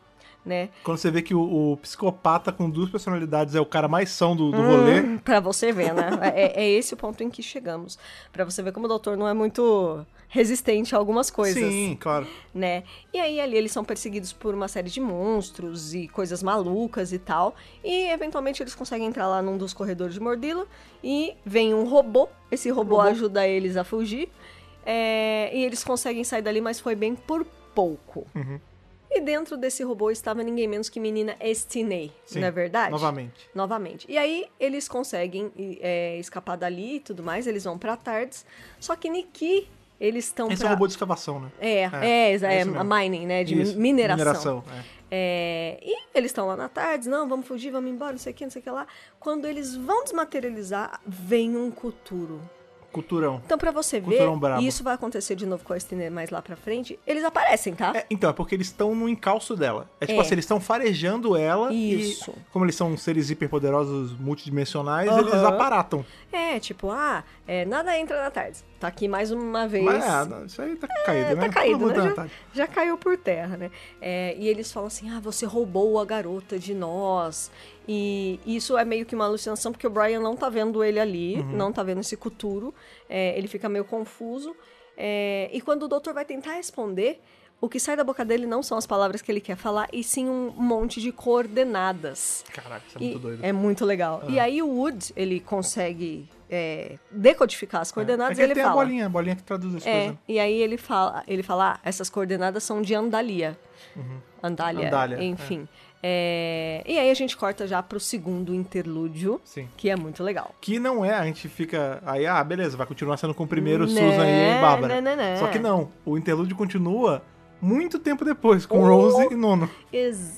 né? [LAUGHS] Quando você vê que o, o psicopata com duas personalidades é o cara mais são do, do Hum, rolê. Pra você ver, né? É, é esse o ponto em que chegamos. Pra você ver como o doutor não é muito resistente a algumas coisas. Sim, claro. né? E aí ali eles são perseguidos por uma série de monstros e coisas malucas e tal. E eventualmente eles conseguem entrar lá num dos corredores de Mordila e vem um robô. Esse robô, Robô. ajuda eles a fugir. é, e eles conseguem sair dali, mas foi bem por pouco. Uhum. E dentro desse robô estava ninguém menos que menina Estinei, Sim, não é verdade? Novamente. Novamente. E aí eles conseguem e, é, escapar dali e tudo mais, eles vão pra Tardes. Só que Niki, eles estão Esse pra... é um robô de escavação, né? É, É, é, é, é isso a mesmo. mining, né? De Isso, mineração. Mineração. é. É, e eles estão lá na tarde, não, vamos fugir, vamos embora, não sei o que, não sei o que lá. Quando eles vão desmaterializar, vem um Cuturo. Culturão. Então, pra você ver, Cuturão é um brabo. e isso vai acontecer de novo com a Estiner mais lá pra frente, eles aparecem, tá? É, então, é porque eles estão no encalço dela. É tipo É. assim, eles estão farejando ela Isso. e como eles são seres hiperpoderosos multidimensionais, Aham. eles aparatam. É, tipo, ah, é, nada entra na tarde. Tá aqui mais uma vez. Mas ah, não, isso aí tá caído, É, né? tá Todo caído, mundo tá- né? Já, tá- já caiu por terra, né? É, e eles falam assim: ah, você roubou a garota de nós. E isso é meio que uma alucinação, porque o Brian não tá vendo ele ali, Uhum. não tá vendo esse cuturo. É, ele fica meio confuso. É, e quando o doutor vai tentar responder, o que sai da boca dele não são as palavras que ele quer falar, e sim um monte de coordenadas. Caraca, isso é E muito doido. Ah. é muito legal. E aí o Wood, ele consegue é, decodificar as coordenadas É que e ele tem fala. a bolinha, a bolinha que traduz as É, coisas. né? e aí ele fala, ele fala, ah, essas coordenadas são de Andalia. Uhum. Andália, Andália, enfim. É, e aí a gente corta já pro segundo interlúdio, Sim. que é muito legal. Que não é, a gente fica aí, ah, beleza, vai continuar sendo com o primeiro Né, Susan e né, Bárbara. né, né. Só que não, o interlúdio continua muito tempo depois, Oh. com Rose e Nono.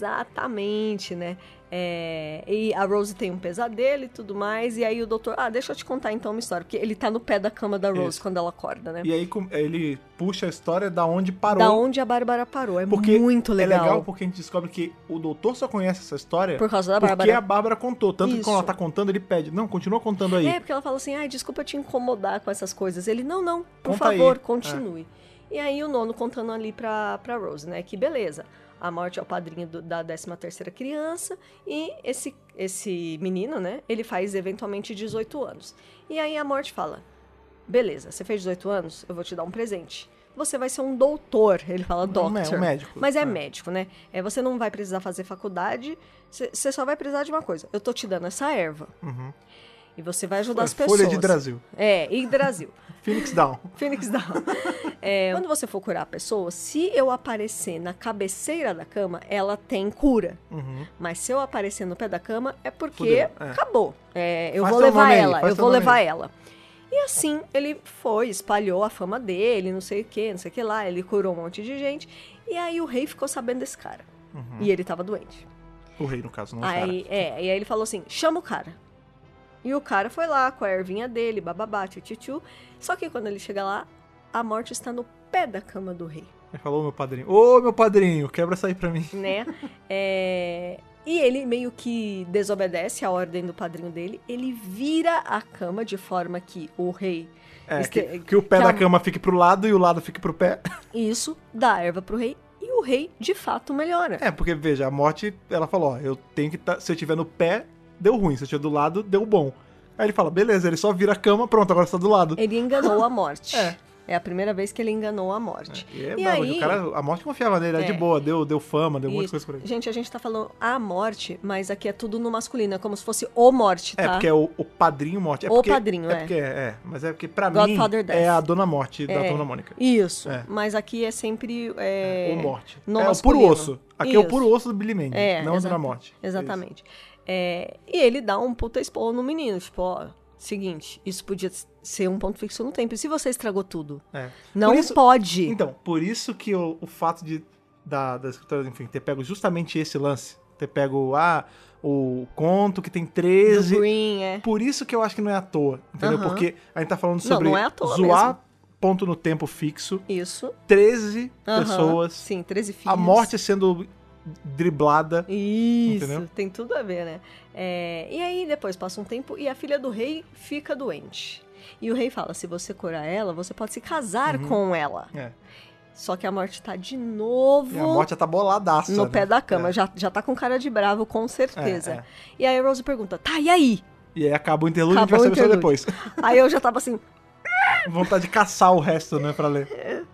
Exatamente, né? É, e a Rose tem um pesadelo e tudo mais, e aí o doutor, ah, deixa eu te contar então uma história, porque ele tá no pé da cama da Rose Isso. quando ela acorda, né? E aí com- ele puxa a história da onde parou. Da onde a Bárbara parou, é porque muito legal. É legal porque a gente descobre que o doutor só conhece essa história Por causa da porque Bárbara. a Bárbara contou. Tanto que Isso. quando ela tá contando, ele pede, não, continua contando aí. É, porque ela fala assim, ai, desculpa te incomodar com essas coisas. Ele, não, não, por Conta aí. É. favor, continue. E aí o nono contando ali pra, pra Rose, né, que beleza. A morte é o padrinho do- da 13 terceira criança e esse, esse menino, né, ele faz eventualmente 18 anos. E aí a morte fala, beleza, você fez 18 anos, eu vou te dar um presente. Você vai ser um doutor, ele fala É um mé- doctor. um médico. Mas é, É. médico, né? É, você não vai precisar fazer faculdade, você só vai precisar de uma coisa. Eu tô te dando essa erva. Uhum. E você vai ajudar as pessoas. Folha de Brasil. É, e Brasil. [LAUGHS] Phoenix Down. Phoenix Down. É, quando você for curar a pessoa, se eu aparecer na cabeceira da cama, ela tem cura. Uhum. Mas se eu aparecer no pé da cama, é porque Fudeu, é. acabou. É, eu Faz vou teu levar nome aí, ela, faz eu teu vou nome levar aí. ela. E assim, ele foi, espalhou a fama dele, não sei o que, não sei o que lá. Ele curou um monte de gente. E aí o rei ficou sabendo desse cara. Uhum. E ele tava doente. O rei, no caso, não o Um cara. Aí, é, e aí ele falou assim: chama o cara. E o cara foi lá com a ervinha dele, bababá, tchutchu. Só que quando ele chega lá, a morte está no pé da cama do rei, Ele falou, meu padrinho. Ô, meu padrinho, quebra essa aí pra mim. [LAUGHS] né? É, E ele meio que desobedece a ordem do padrinho dele. Ele vira a cama de forma que o rei. É, este- que, que o pé que da a- cama fique pro lado e o lado fique pro pé. Isso dá erva pro rei. E o rei, de fato, melhora. É, porque, veja, a morte, ela falou, ó, eu tenho que tá, se eu tiver no pé, deu ruim, se eu tiver do lado, deu bom. Aí ele fala, beleza, ele só vira a cama, pronto, agora você tá do lado. Ele enganou a morte. [LAUGHS] É. a primeira vez que ele enganou a morte. E é e brabo, aí, o cara, a morte confiava nele, é. de É. boa, deu, deu fama, deu muita Isso. coisa pra ele. Gente, a gente tá falando a morte, mas aqui é tudo no masculino, é como se fosse o morte, tá? É, porque é o, o padrinho morte. É O porque, padrinho, é. Porque, é, mas é porque pra Godfather mim Death. é a dona morte da É. dona Mônica. Isso, É. mas aqui é sempre. É... Ou morte. no é o masculino. puro osso. Aqui é o Isso. puro osso do Billy Mandy, É, não a dona exata- morte. Exatamente. É, e ele dá um puta expor no menino, tipo, ó, seguinte, isso podia ser um ponto fixo no tempo. E se você estragou tudo? É. Não Por isso- pode. Então, por isso que o, o fato de da, da escritora, enfim, ter pego justamente esse lance, ter pego ah, o conto que tem Do 13. Green, é. Por isso que eu acho que não é à toa, entendeu? Aham. Porque a gente tá falando Não, sobre não é à toa zoar ponto no tempo fixo, Isso. 13 aham, pessoas, Sim, 13 filhos. a morte sendo driblada. Isso, Entendeu? tem tudo a ver, né? É, e aí depois passa um tempo e a filha do rei fica doente. E o rei fala: se você curar ela, você pode se casar Uhum. com ela. É. Só que a morte tá de E a novo morte já tá boladaça. no né? pé da cama. É. Já, já tá com cara de bravo, com É, certeza. é. E aí a Rose pergunta: tá, e aí? E aí acaba o interlúdio, Acabou a o gente vai saber só interlúdio. depois. [LAUGHS] aí eu já tava assim: Vontade de caçar o resto, né, pra ler.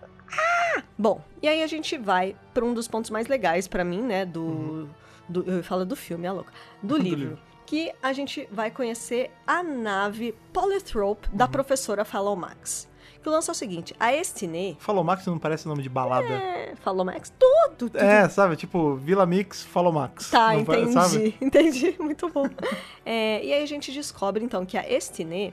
Bom, e aí a gente vai para um dos pontos mais legais para mim, né? Do, do. Eu falo do filme, é louca. Do Do livro. livro. Que a gente vai conhecer a nave Polythrope da professora Falomax. Que o lance é o seguinte: a Estinê. Falou Max não parece nome de balada. É, Falomax? Tudo, tudo. É, sabe? Tipo, Vila Mix, Follow Max. Tá, Não pare- entendi. Sabe? [LAUGHS] Entendi, muito bom. É, e aí a gente descobre, então, que a Estinê.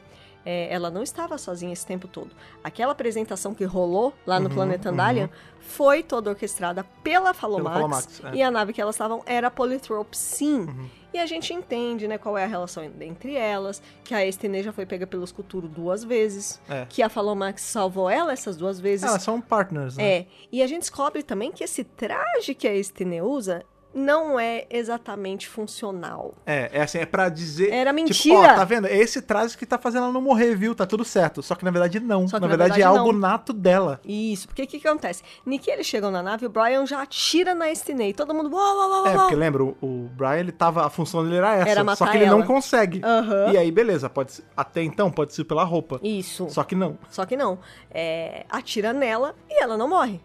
é, ela não estava sozinha esse tempo todo. Aquela apresentação que rolou lá no Uhum, Planeta uhum. Andalian foi toda orquestrada pela Falomax. Falomax, é. E a nave que elas estavam era a Polythrope, sim. Uhum. E a gente entende, né, qual é a relação en- entre elas, que a Estinê já foi pega pelos Culturo duas vezes, É. que a Falomax salvou ela essas duas vezes. Elas são partners, né? É, e a gente descobre também que esse traje que a Estine usa não é exatamente funcional. É, é assim, é pra dizer. Era Tipo, ó, mentira. tá vendo? É esse traje que tá fazendo ela não morrer, viu? Tá tudo certo. Só que na verdade não. Só que na, na verdade, é verdade, algo não. nato dela. Isso, porque o que, que acontece? Niki eles chegam na nave, o Brian já atira na Estinei. Todo mundo. Uau, uau, uau, É, uau. porque lembra, o, o Brian, ele tava. A função dele era essa. Era só matar que ele não ela. consegue. Aham. E aí, beleza, pode ser- até então pode ser pela roupa. Isso. Só... Só que não, que não. É, atira nela e ela não morre.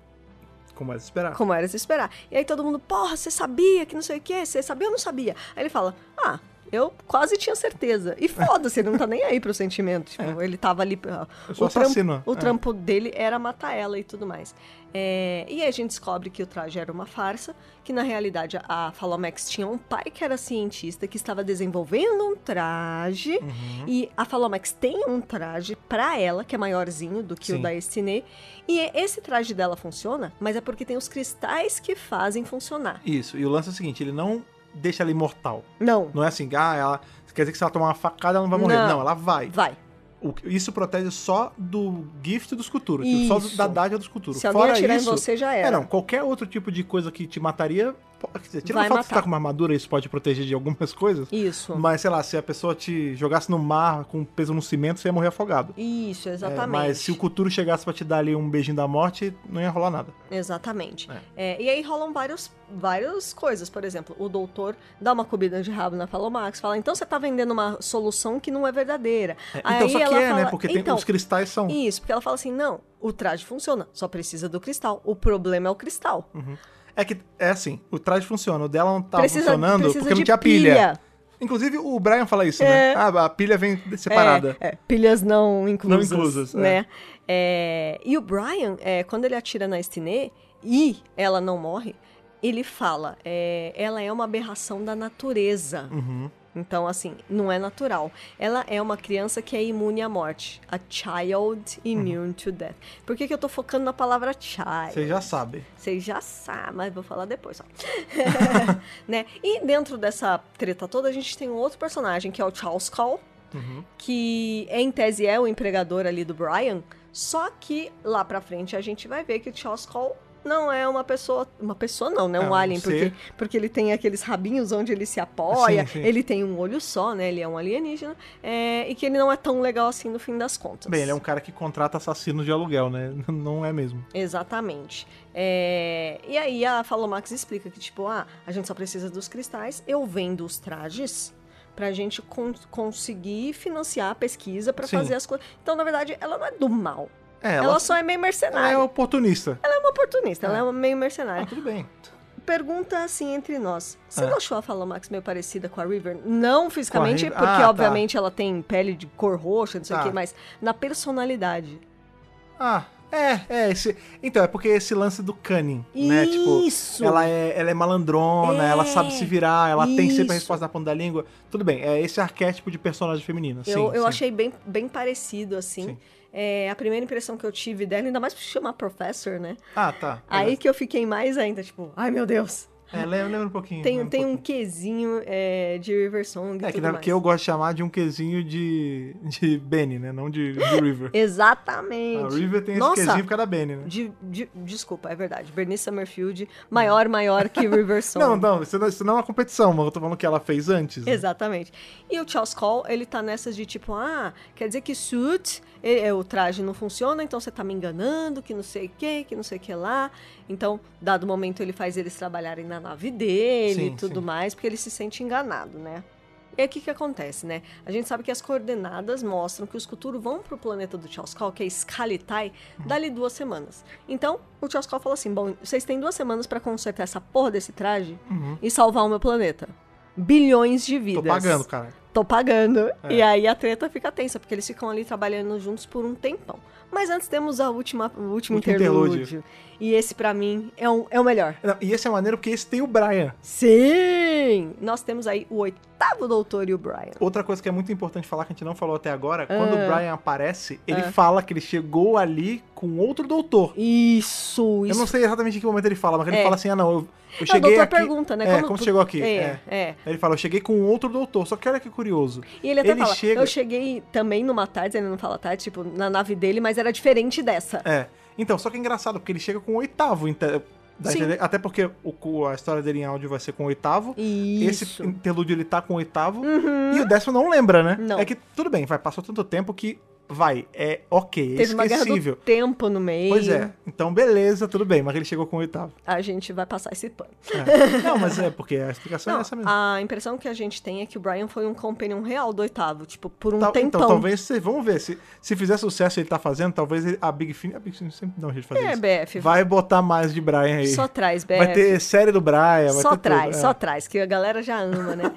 como era de esperar. Como era de se esperar. E aí todo mundo, porra, você sabia que não sei o que, você sabia ou não sabia? Aí ele fala, ah, Eu quase tinha certeza. E foda-se, ele não tá nem aí pro sentimento. É. Tipo, ele tava ali. ó, Eu sou o trampo- assassino. O É. trampo dele era matar ela e tudo mais. É, e aí a gente descobre que o traje era uma farsa, que na realidade a Falomex tinha um pai que era cientista, que estava desenvolvendo um traje. Uhum. E a Falomex tem um traje pra ela, que é maiorzinho do que o Sim. da Estinê. E é- esse traje dela funciona, mas é porque tem os cristais que fazem funcionar. Isso, e o lance é o seguinte, ele não deixa ela imortal. Não, Não é assim, ah, ela. Quer dizer que se ela tomar uma facada, ela não vai morrer. Não. Não, ela vai. vai. O- isso protege só do gift dos culturos. tipo, Só do- Isso. da dádiva dos culturos. Se alguém Fora atirar isso, em você, já É, era. não, qualquer outro tipo de coisa que te mataria. po- Quer dizer, tira Vai o fato de matar. ficar tá com uma armadura, isso pode proteger de algumas [LAUGHS] coisas. Isso. Mas, sei lá, se a pessoa te jogasse no mar com peso no cimento, você ia morrer afogado. Isso, É, exatamente. mas se o Kuturo chegasse pra te dar ali um beijinho da morte, não ia rolar nada. Exatamente. É, e aí rolam vários, várias coisas. Por exemplo, o doutor dá uma comida de rabo na Falomax, fala, então você tá vendendo uma solução que não é verdadeira. É, aí então, só que ela é, né? fala, Porque tem, "Então, os cristais são. Isso, porque ela fala assim, não, o traje funciona, só precisa do cristal. O problema é o cristal. É que, é assim, o traje funciona. O dela não tava precisa, funcionando precisa porque não de tinha pilha. Inclusive, o Brian fala isso, né? Ah, a pilha vem separada. É, é, pilhas não inclusas. inclusas, é. né? É, e o Brian, é, quando ele atira na Estinê e ela não morre, ele fala, é, ela é uma aberração da natureza. Uhum. Então, assim, não é natural. Ela é uma criança que é imune à morte. A child immune to death. Por que, que eu tô focando na palavra child? Vocês já sabem. Vocês já sabem, mas vou falar depois, ó. [LAUGHS] né? E dentro dessa treta toda, a gente tem um outro personagem, que é o Charles Call, Uhum. Então, que em tese é o empregador ali do Brian, só que lá pra frente a gente vai ver que o Charles Call não é uma pessoa, uma pessoa não, né? Um É, um alien, porque, ser. porque ele tem aqueles rabinhos onde ele se apoia, Sim, sim. ele tem um olho só, né? Ele é um alienígena, é, e que ele não é tão legal assim no fim das contas. Bem, ele é um cara que contrata assassinos de aluguel, né? [LAUGHS] Não é mesmo. Exatamente. É, E aí a Falomax explica que, tipo, ah, a gente só precisa dos cristais, eu vendo os trajes pra gente con- conseguir financiar a pesquisa pra Sim. fazer as coisas. Então, na verdade, ela não é do mal. É, Ela, ela, só é meio ela mercenária. é Ela oportunista. é uma oportunista, ela É. é uma meio Ah, mercenária. tudo bem. Pergunta assim entre nós. Você É. não achou a Falomax meio parecida com a River? Não fisicamente, River? Ah, porque tá. obviamente ela tem pele de cor roxa, não sei o Tá. quê, mas na personalidade. Ah, é, é. Esse... Então, é porque esse lance do cunning, né? Tipo, Isso! ela é, ela é malandrona, É. ela sabe se virar, ela tem sempre a Isso. resposta na ponta da língua. Tudo bem, é esse arquétipo de personagem feminina. sim, eu eu sim. achei bem, bem parecido, assim. Sim. É, a primeira impressão que eu tive dela, ainda mais por chamar professor, né? Ah, tá. Aí que eu fiquei mais ainda, tipo, ai meu Deus. É, lembra, lembra um pouquinho. Tem, lembra tem um pouquinho. quezinho é, de River Song e É, que, tudo na- mais. que eu gosto de chamar de um quesinho de, de Benny, né? Não de, de River. Exatamente. A River tem Nossa. esse quesinho por causa da Benny, né? De- de- desculpa, é verdade. Bernice Summerfield, maior, maior que [LAUGHS] River Song. Não, não, isso não, isso não é uma competição, mas eu tô falando que ela fez antes. né? Exatamente. E o Charles Cole, ele tá nessas de tipo, ah, quer dizer que suit, é, é, o traje não funciona, então você tá me enganando, que não sei o que, que não sei o que lá. Então, dado momento, ele faz eles trabalharem na nave dele e Sim, tudo sim. mais, porque ele se sente enganado, né? E aí, o que, que acontece, né? A gente sabe que as coordenadas mostram que os Culturos vão pro planeta do Tchaskal, que é Scalitai, dali duas semanas. Então, o Tchaskal fala assim: bom, vocês têm duas semanas pra consertar essa porra desse traje Uhum. e salvar o meu planeta. Bilhões de vidas. Tô pagando, É. cara. Tô pagando. E aí a treta fica tensa, porque eles ficam ali trabalhando juntos por um tempão. Mas antes temos a última, o Último último interlúdio. interlúdio. E esse, pra mim, é, um, é o melhor. Não, e esse é maneiro porque esse tem o Brian. Sim! Nós temos aí o oitavo doutor e o Brian. Outra coisa que é muito importante falar, que a gente não falou até agora, quando Ah. o Brian aparece, ele fala que ele chegou ali com outro doutor. Isso, Eu isso. não sei exatamente em que momento ele fala, mas ele É. fala assim, ah não, eu, eu É, o cheguei doutor aqui... pergunta, né? É, como você chegou aqui? É, é. Aí Ele fala, eu cheguei com outro doutor, só que olha que curioso. E ele até Ele fala, chega- eu cheguei também numa tarde, ele não fala tarde, tipo, na nave dele, mas era diferente dessa. É. Então, só que é engraçado, porque ele chega com o oitavo. inte- dá a Sim. entender? Até porque o, cu- a história dele em áudio vai ser com o oitavo. Isso. Uhum. Esse interlúdio ele tá com o oitavo. E o décimo não lembra, né? Não. É que, tudo bem, vai, passou tanto tempo que vai, é ok, é Teve uma guerra esquecível. do tempo no meio. Pois é, então beleza, tudo bem, mas ele chegou com o oitavo. A gente vai passar esse pano. [LAUGHS] É. Não, mas é, porque a explicação é Não, ah, essa mesmo. a impressão que a gente tem é que o Brian foi um companion real do oitavo, tipo, por um Tal- tempão. então, talvez vocês vão ver. Se, se fizer sucesso ele tá fazendo, talvez ele- a Big Finish. A Big Finish sempre dá um jeito de fazer É, isso. BF. Vai botar mais de Brian aí. Só traz, BF. Vai ter série do Brian. vai só ter tudo, traz, é. só traz, que a galera já ama, né?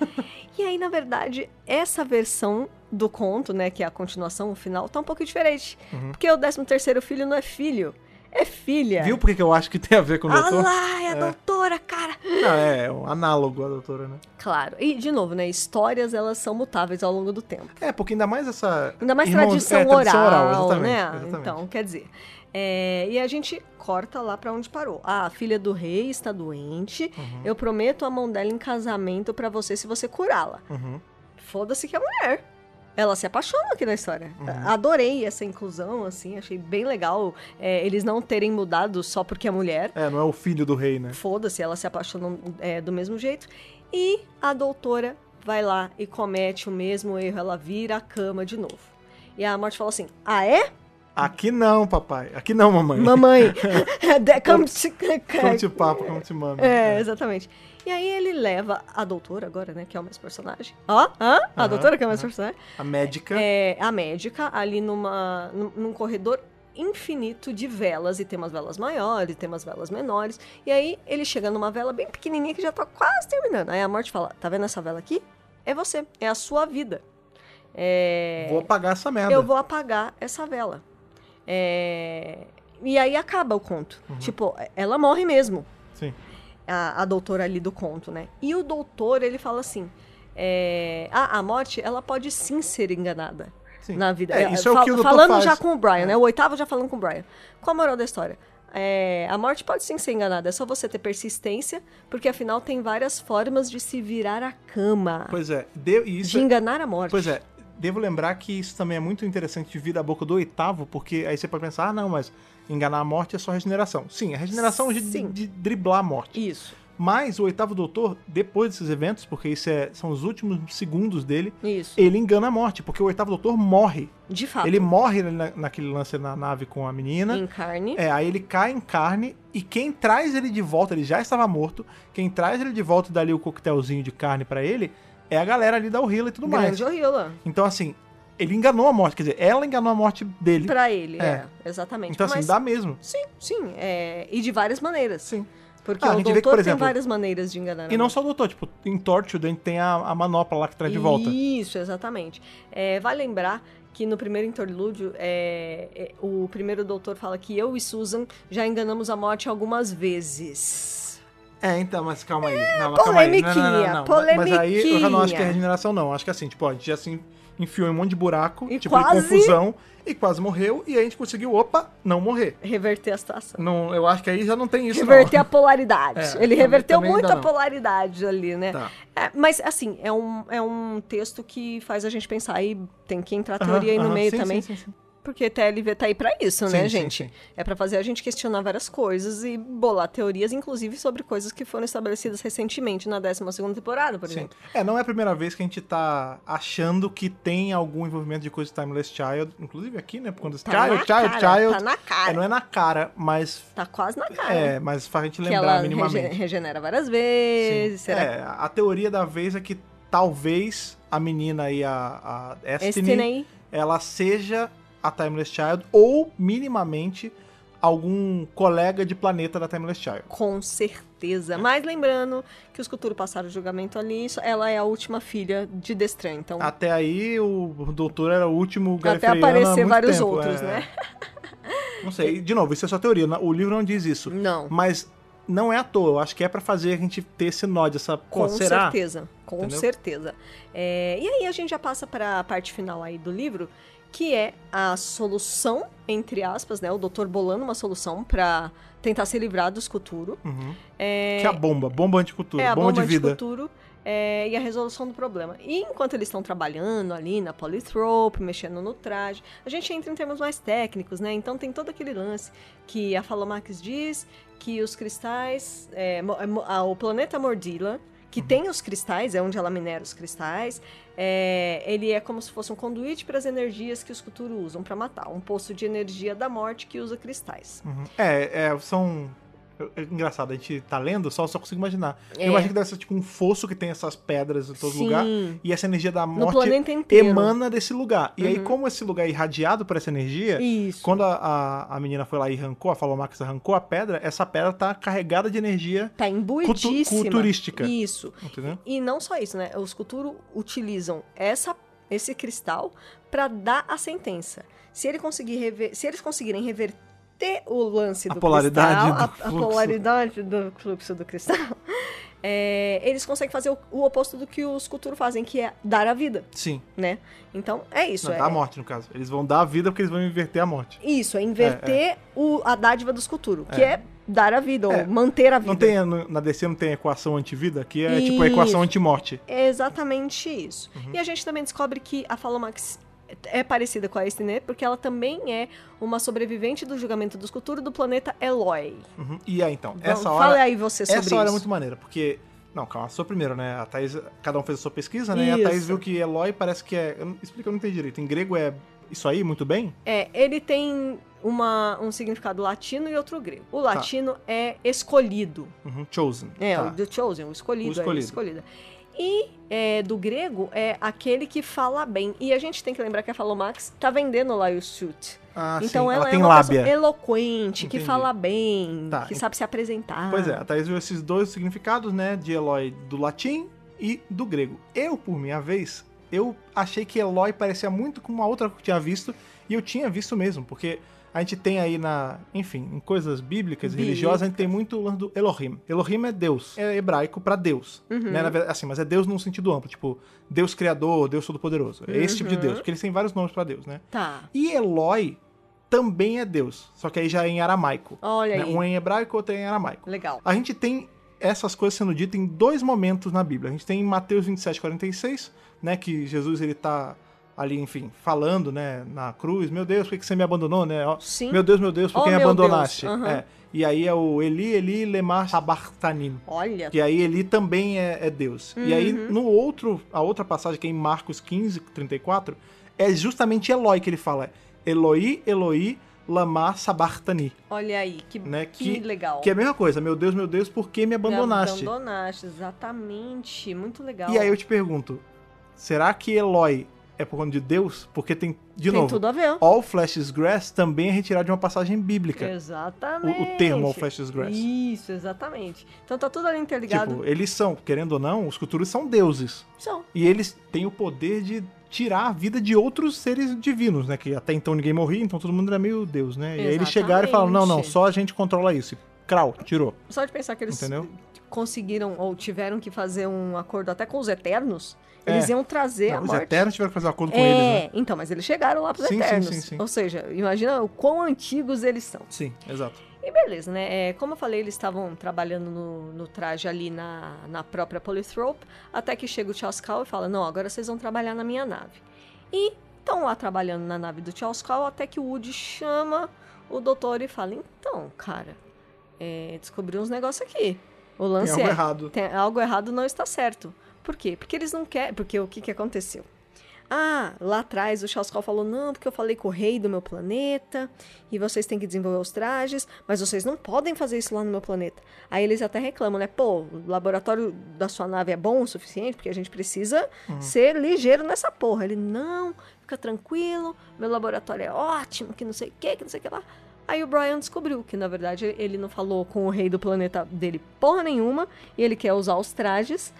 e aí, na verdade, essa versão do conto, né, que é a continuação, o final, tá um pouco diferente. Uhum. Porque o 13 terceiro filho não é filho, é filha. Viu por que que eu acho que tem a ver com o Ah doutor? lá, é a doutora, cara! Não, é, é um análogo à doutora, né? Claro. E, de novo, né, histórias, elas são mutáveis ao longo do tempo. É, porque ainda mais essa. Ainda mais irmãos- tradição, é, oral, exatamente, né? exatamente. Então, quer dizer. é, e a gente corta lá pra onde parou. Ah, a filha do rei está doente. Uhum. Eu prometo a mão dela em casamento pra você se você curá-la. Uhum. Foda-se que é mulher. Ela se apaixona aqui na história. Adorei essa inclusão, assim, achei bem legal é, eles não terem mudado só porque é mulher. É, não é o filho do rei, né? Foda-se, ela se apaixonou é, do mesmo jeito. E a doutora vai lá e comete o mesmo erro, ela vira a cama de novo. E a morte fala assim: Ah, é? Aqui não, papai. Aqui não, mamãe. Mamãe! [LAUGHS] de- come [LAUGHS] to- [LAUGHS] Como te papo, como te mama. É, exatamente. E aí ele leva a doutora agora, né? Que é o mesmo personagem. Ó, hã? A Aham, doutora que é o mesmo personagem. A médica. É, a médica ali numa, num, num corredor infinito de velas, e tem umas velas maiores, tem umas velas menores. E aí ele chega numa vela bem pequenininha que já tá quase terminando. Aí a morte fala: Tá vendo essa vela aqui? É você, é a sua vida. É, Vou apagar essa merda. eu vou apagar essa vela. É, e aí acaba o conto. Uhum. Tipo, ela morre mesmo Sim. a, a doutora ali do conto, né? E o doutor, ele fala assim: é, a, a morte, ela pode sim ser enganada Sim. na vida. É, Ela- isso é o fal- que o doutor Falando faz. É. já com o Brian, né? O oitavo já falando com o Brian. Qual a moral da história? É, a morte pode sim ser enganada, é só você ter persistência, porque afinal tem várias formas de se virar a cama, Pois é. De... E isso de enganar a morte. Pois é, devo lembrar que isso também é muito interessante de vir da boca do oitavo, porque aí você pode pensar, ah, não, mas enganar a morte é só regeneração. Sim, a regeneração é de, Sim. de driblar a morte. Isso, Mas o oitavo doutor, depois desses eventos, porque isso é- são os últimos segundos dele, isso. ele engana a morte, porque o oitavo doutor morre. De fato, Ele morre na- naquele lance na nave com a menina. encarne. É, aí ele cai em carne e quem traz ele de volta, ele já estava morto, quem traz ele de volta e dá ali o coquetelzinho de carne pra ele, é a galera ali da Orhila e tudo mais. Grande Oriola. Então, assim, ele enganou a morte, quer dizer, ela enganou a morte dele. Pra ele, É. é, exatamente. Então, assim, Mas- dá mesmo. Sim, sim. é, E de várias maneiras. Sim. Porque Ah, a o gente vê que, por doutor tem exemplo, várias maneiras de enganar E a não mãe. só o doutor, tipo, em Torchwood a gente tem a, a manopla lá que traz de volta. Isso, exatamente. É, vale lembrar que no primeiro interlúdio, é, é, o primeiro doutor fala que eu e Susan já enganamos a morte algumas vezes. É, então, mas calma aí. Não, mas calma aí. Não, não, não, não, não. polemiquinha, Mas aí eu já não acho que é polemiquinha. regeneração, não. Acho que assim, tipo, ó, a gente já se enfiou em um monte de buraco, E tipo, de quase- confusão, e quase morreu, e aí a gente conseguiu, opa, não morrer. Reverter a situação. Não, eu acho que aí já não tem isso, Reverter não. a polaridade. É, Ele também- reverteu também muito ainda a não. polaridade ali, né? Tá. É, mas, assim, é um, é um texto que faz a gente pensar. Aí tem que entrar Aham, teoria aí no aham, meio sim, também. sim, sim, sim. Porque TLV tá aí pra isso, Sim, né, sim, gente? sim. É pra fazer a gente questionar várias coisas e bolar teorias, inclusive sobre coisas que foram estabelecidas recentemente na 12ª temporada, por Sim. exemplo. É, não é a primeira vez que a gente tá achando que tem algum envolvimento de coisa de Timeless Child, inclusive aqui, né? Quando Tá Child, na Child, cara, Child. tá na cara. É, não é na cara, mas. Tá quase na cara. É, mas faz a gente que ela lembrar rege- minimamente. regenera várias Sim. vezes. Será É, a teoria da vez é que talvez a menina aí, a, a que Destiny, Estine aí? ela seja a Timeless Child, ou minimamente algum colega de planeta da Timeless Child. Com É. certeza. Mas lembrando que os Culturo passaram o julgamento ali, isso- ela é a última filha de Destran, então Até aí, o doutor era o último até galifreiano Ah, há aparecer muito vários tempo, outros, é. né? Não sei, de novo, isso é só teoria, na- o livro não diz isso. Não. Mas não é à toa, eu acho que é pra fazer a gente ter esse nó dessa, pô, Com será? certeza, com Entendeu? certeza. É, e aí a gente já passa para a parte final aí do livro, que é a solução, entre aspas, né? O doutor bolando uma solução para tentar se livrar dos Cuturo. Uhum. É, Que é a bomba, bomba anticultura, é a bomba, bomba de vida. anticuturo é, e a resolução do problema. E enquanto eles estão trabalhando ali na polythrope, mexendo no traje, a gente entra em termos mais técnicos, né? Então tem todo aquele lance que a Falomax diz que os cristais, é, mo- é, mo- ah, o planeta Mordila, que Uhum. tem os cristais, é onde ela minera os cristais. É, ele é como se fosse um conduíte para as energias que os Cthulhu usam para matar. Um poço de energia da morte que usa cristais. Uhum. É, é, são. É engraçado, a gente tá lendo, só, só consigo imaginar. É. Eu imagino que deve ser tipo um fosso que tem essas pedras em todo Sim. lugar. E essa energia da No morte planeta inteiro. Uhum. emana desse lugar. E aí, como esse lugar é irradiado por essa energia, Isso. quando a, a, a menina foi lá e arrancou, a Falomax arrancou a pedra, essa pedra tá carregada de energia. Tá imbuidíssima. culturística. Isso. Entendeu? E não só isso, né? Os Cthulhu utilizam essa, esse cristal para dar a sentença. Se, ele conseguir rever- se eles conseguirem reverter o lance A do polaridade cristal, do a, a fluxo. polaridade do fluxo do cristal, [LAUGHS] é, eles conseguem fazer o, o oposto do que os Cthulhu fazem, que é dar a vida, Sim. né? Então, é isso. Não, é, dá a morte, no caso. Eles vão dar a vida porque eles vão inverter a morte. Isso, é inverter o- a dádiva dos Cthulhu, que é. dar a vida, ou É. manter a vida. Não tem, no- na DC não tem equação antivida, que é tipo a equação Isso. anti-morte. É exatamente isso. Uhum. E a gente também descobre que a Falomax é parecida com a Estinê, porque ela também é uma sobrevivente do julgamento dos culturos do planeta Eloy. Uhum. E aí, então, Vamos- essa hora. Fala aí você sobre Essa hora é isso. muito maneira, porque. Não, calma, só primeiro, né? A Thaís. Cada um fez a sua pesquisa, né? E a Isso. Thaís viu que Eloy parece que é. eu não- Explica, eu não entendi direito. Em grego é isso aí, muito bem? É, ele tem uma, um significado latino e outro grego. O latino é escolhido. Uhum, Chosen. É, Tá. o do Chosen, o escolhido, O o escolhido. escolhido. escolhida. E é, do grego é aquele que fala bem. E a gente tem que lembrar que a Falomax tá vendendo lá o suit. Ah, Então sim. ela, ela tem é uma lábia. pessoa Entendi. eloquente, que fala bem, Tá, que ent- sabe se apresentar. Pois é, a Thaís viu esses dois significados, né? De Eloy do latim e do grego. Eu, por minha vez, eu achei que Eloy parecia muito com uma outra que eu tinha visto, e eu tinha visto mesmo, porque a gente tem aí na. Enfim, em coisas bíblicas e Bíblicas. religiosas, a gente tem muito o lance do Elohim. Elohim é Deus, é hebraico pra Deus. Uhum. Né? Na verdade, assim, mas é Deus num sentido amplo, tipo, Deus criador, Deus todo-poderoso. É esse tipo de Uhum. Deus, porque eles têm vários nomes pra Deus, né? Tá. E Eloy também é Deus, só que aí já é em aramaico. Olha né? aí. Um é em hebraico, outro é em aramaico. Legal. A gente tem essas coisas sendo ditas em dois momentos na Bíblia. A gente tem em Mateus 27, 46, né, que Jesus ele tá ali, enfim, falando, né, na cruz, meu Deus, por que que você me abandonou, né? Ó, Sim. Meu Deus, meu Deus, por Oh, que me meu abandonaste? Deus, aham. É. E aí é o Eli, Eli, lemar sabartanim. Olha. Que aí Eli também é, é Deus. E aí, Uhum. no outro, a outra passagem que é em Marcos 15, 34, é justamente Eloi que ele fala. "É Eloi, Eloi, lama sabartani. Olha aí, que, Né, que, que- legal. Que é a mesma coisa, meu Deus, meu Deus, por que me Me abandonaste? abandonaste, exatamente. Muito legal. E aí eu te pergunto, será que Eloy é por conta de Deus? Porque tem, de Tem novo, tudo a ver. All Flashes Grass também é retirado de uma passagem bíblica. Exatamente. O- o termo All Flesh is Grass. Isso, exatamente. Então tá tudo ali interligado. Tipo, eles são, querendo ou não, os culturos são deuses. São. E eles têm o poder de tirar a vida de outros seres divinos, né? Que até então ninguém morria, então todo mundo era meio Deus, né? E aí eles Exatamente. chegaram e falaram, não, não, só a gente controla isso. E crau, tirou. Só de pensar que eles Entendeu? conseguiram ou tiveram que fazer um acordo até com os Eternos, É. eles iam trazer a Não, os morte. Eternos tiveram que fazer um acordo com eles, é, né? então, mas eles chegaram lá pros Sim, sim, Eternos. sim, sim. Ou seja, imagina o quão antigos eles são. Sim, exato. E beleza, né? É, como eu falei, eles estavam trabalhando no, no traje ali na, na própria Polythrope, até que chega o Chaoscal e fala, não, agora vocês vão trabalhar na minha nave. E estão lá trabalhando na nave do Chaoscal, até que o Woody chama o doutor e fala, então, cara, é, descobri uns negócios aqui. O Tem lance algo é, errado. tem- algo errado não está certo. Por quê? Porque eles não querem. Porque o que, que aconteceu? Ah, lá atrás o Chaskol falou: não, porque eu falei com o rei do meu planeta e vocês têm que desenvolver os trajes, mas vocês não podem fazer isso lá no meu planeta. Aí eles até reclamam, né? Pô, o laboratório da sua nave é bom o suficiente porque a gente precisa É. ser ligeiro nessa porra. Ele: não, fica tranquilo, meu laboratório é ótimo, que não sei o que, que não sei o que lá. Aí o Brian descobriu que, na verdade, ele não falou com o rei do planeta dele porra nenhuma e ele quer usar os trajes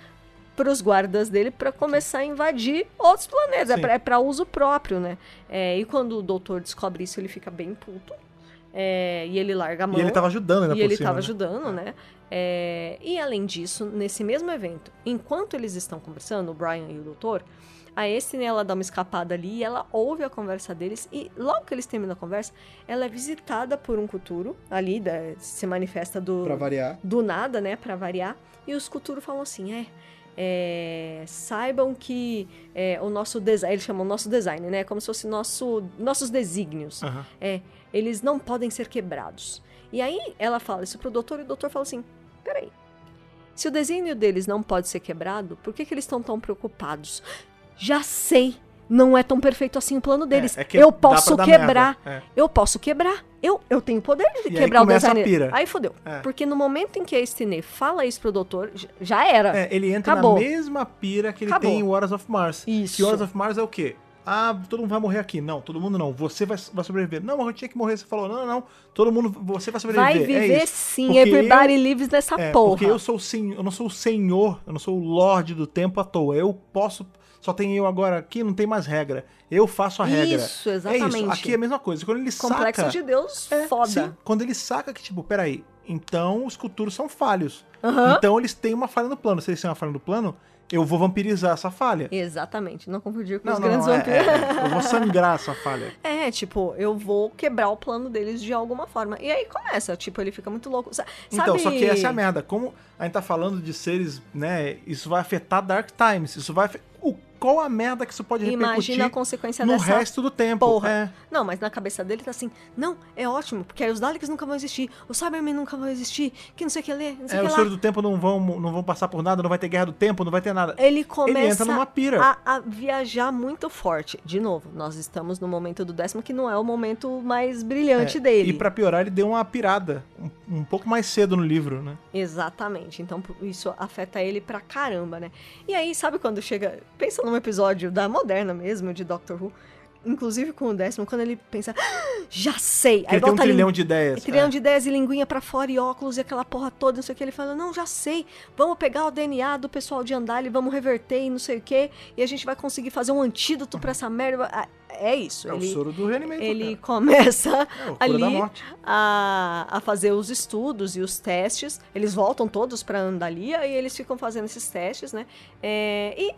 para os guardas dele para começar a invadir outros planetas. Sim. É pra- É para uso próprio, né? É, e quando o doutor descobre isso, ele fica bem puto. É, e ele larga a mão. E ele tava ajudando ainda E por ele cima, estava né? ajudando, né? É, e além disso, nesse mesmo evento, enquanto eles estão conversando, o Brian e o doutor, a Estine, ela dá uma escapada ali e ela ouve a conversa deles e logo que eles terminam a conversa, ela é visitada por um Cuturo ali, da- se manifesta do, Pra variar. do nada, né, Pra variar. E os Cthulhu falam assim, é, é, saibam que é, o nosso design, eles chamam nosso design, né, como se fosse nosso, nossos desígnios. Aham. É, eles não podem ser quebrados. E aí ela fala isso pro doutor e o doutor fala assim, peraí, Se o desenho deles não pode ser quebrado, por que, que eles estão tão preocupados? Já sei! Não é tão perfeito assim o plano deles. É, é que eu dá posso pra dar quebrar. merda, Eu posso quebrar. Eu, eu tenho poder de E aí quebrar o começa a designer. pira. Aí fodeu. É. Porque no momento em que a Stinney fala isso pro doutor, j- já era. É, ele entra Acabou. na mesma pira que ele Acabou. tem em Wars of Mars. Isso. Que Wars of Mars é o quê? Ah, todo mundo vai morrer aqui. Não, todo mundo não. Você vai, vai sobreviver. Não, mas eu tinha que morrer. Você falou, não, não, não. Todo mundo, você vai sobreviver. Vai É viver isso. sim. Porque Everybody lives nessa É, porra. porque eu sou o senhor, eu não sou o senhor, eu não sou o lorde do tempo à toa. Eu posso, só tem eu agora aqui, não tem mais regra. Eu faço a regra. É isso. Isso, exatamente. Aqui é a mesma coisa. Quando ele Complexo saca, de Deus, É, foda. sim. Quando ele saca que, tipo, peraí, então os culturos são falhos. Aham. Então eles têm uma falha no plano. Se eles têm uma falha no plano, eu vou vampirizar essa falha. Exatamente. Não confundir com Não, os não, grandes não, é, vampiros. [LAUGHS] é, é. eu vou sangrar essa falha. É, tipo, eu vou quebrar o plano deles de alguma forma. E aí começa, tipo, ele fica muito louco. Sa- Sabe... Então, só que essa é a merda. Como a gente tá falando de seres, né? Isso vai afetar Dark Times. Isso vai. afe- O, qual a merda que isso pode repercutir Imagina a consequência no dessa resto do tempo? porra. É. Não, mas na cabeça dele tá assim, não, é ótimo, porque aí os Daleks nunca vão existir, os Cybermen nunca vão existir, que não sei o que ler, não sei É, os o que lá. senhores do tempo não vão, não vão passar por nada, não vai ter guerra do tempo, não vai ter nada. Ele começa Ele entra numa pira. a, a viajar muito forte. De novo, nós estamos no momento do décimo, que não é o momento mais brilhante É, dele. E pra piorar, ele deu uma pirada. Um, um pouco mais cedo no livro, né? É Exatamente. Então por- isso afeta ele pra caramba, né? E aí, sabe quando chega. Pensa num episódio da moderna mesmo, de Doctor Who. Inclusive com o décimo, quando ele pensa. "Ah, já sei! Porque ele tem um bota a trilhão de ideias. Trilhão é. de ideias e linguinha pra fora e óculos e aquela porra toda, não sei o que. Ele fala, não, já sei, vamos pegar o DNA do pessoal de Andale, vamos reverter e não sei o que, e a gente vai conseguir fazer um antídoto pra essa merda. Ah, É isso, É o ele, soro do reanimento. ele começa cara. É, o cura da ali morte. a, a fazer os estudos e os testes. Eles voltam todos pra Andalia e eles ficam fazendo esses testes, né? É, e,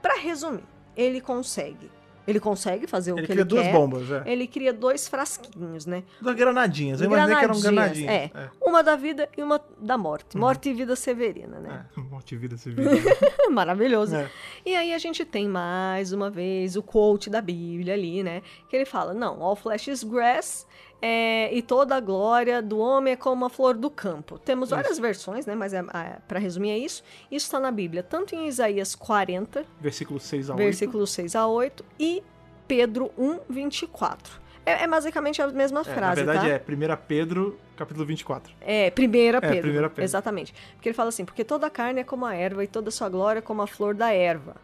pra resumir, ele consegue. Ele consegue fazer o Ele que cria ele duas quer. bombas, é. Ele cria dois frasquinhos, né? Duas granadinhas. Eu imaginei que eram Granadinhas, granadinhas. é. Uma da vida e uma da morte. Morte e vida severina, né? Uhum. É. Morte e vida se vira. [LAUGHS] Maravilhoso. É. E aí a gente tem mais uma vez o quote da Bíblia ali, né? Que ele fala: Não, all flesh is grass. é, e toda a glória do homem é como a flor do campo. Temos várias versões, né? Mas para resumir é isso. Isso está na Bíblia, tanto em Isaías 40, Versículo 6 a 8. versículo 6 a 8, e Pedro 1, 24. É, é basicamente a mesma É, frase, na verdade tá? é 1 Pedro, capítulo 24. É, primeira É, Pedro. primeira Pedro. Exatamente. Porque ele fala assim, porque toda carne é como a erva e toda sua glória é como a flor da erva.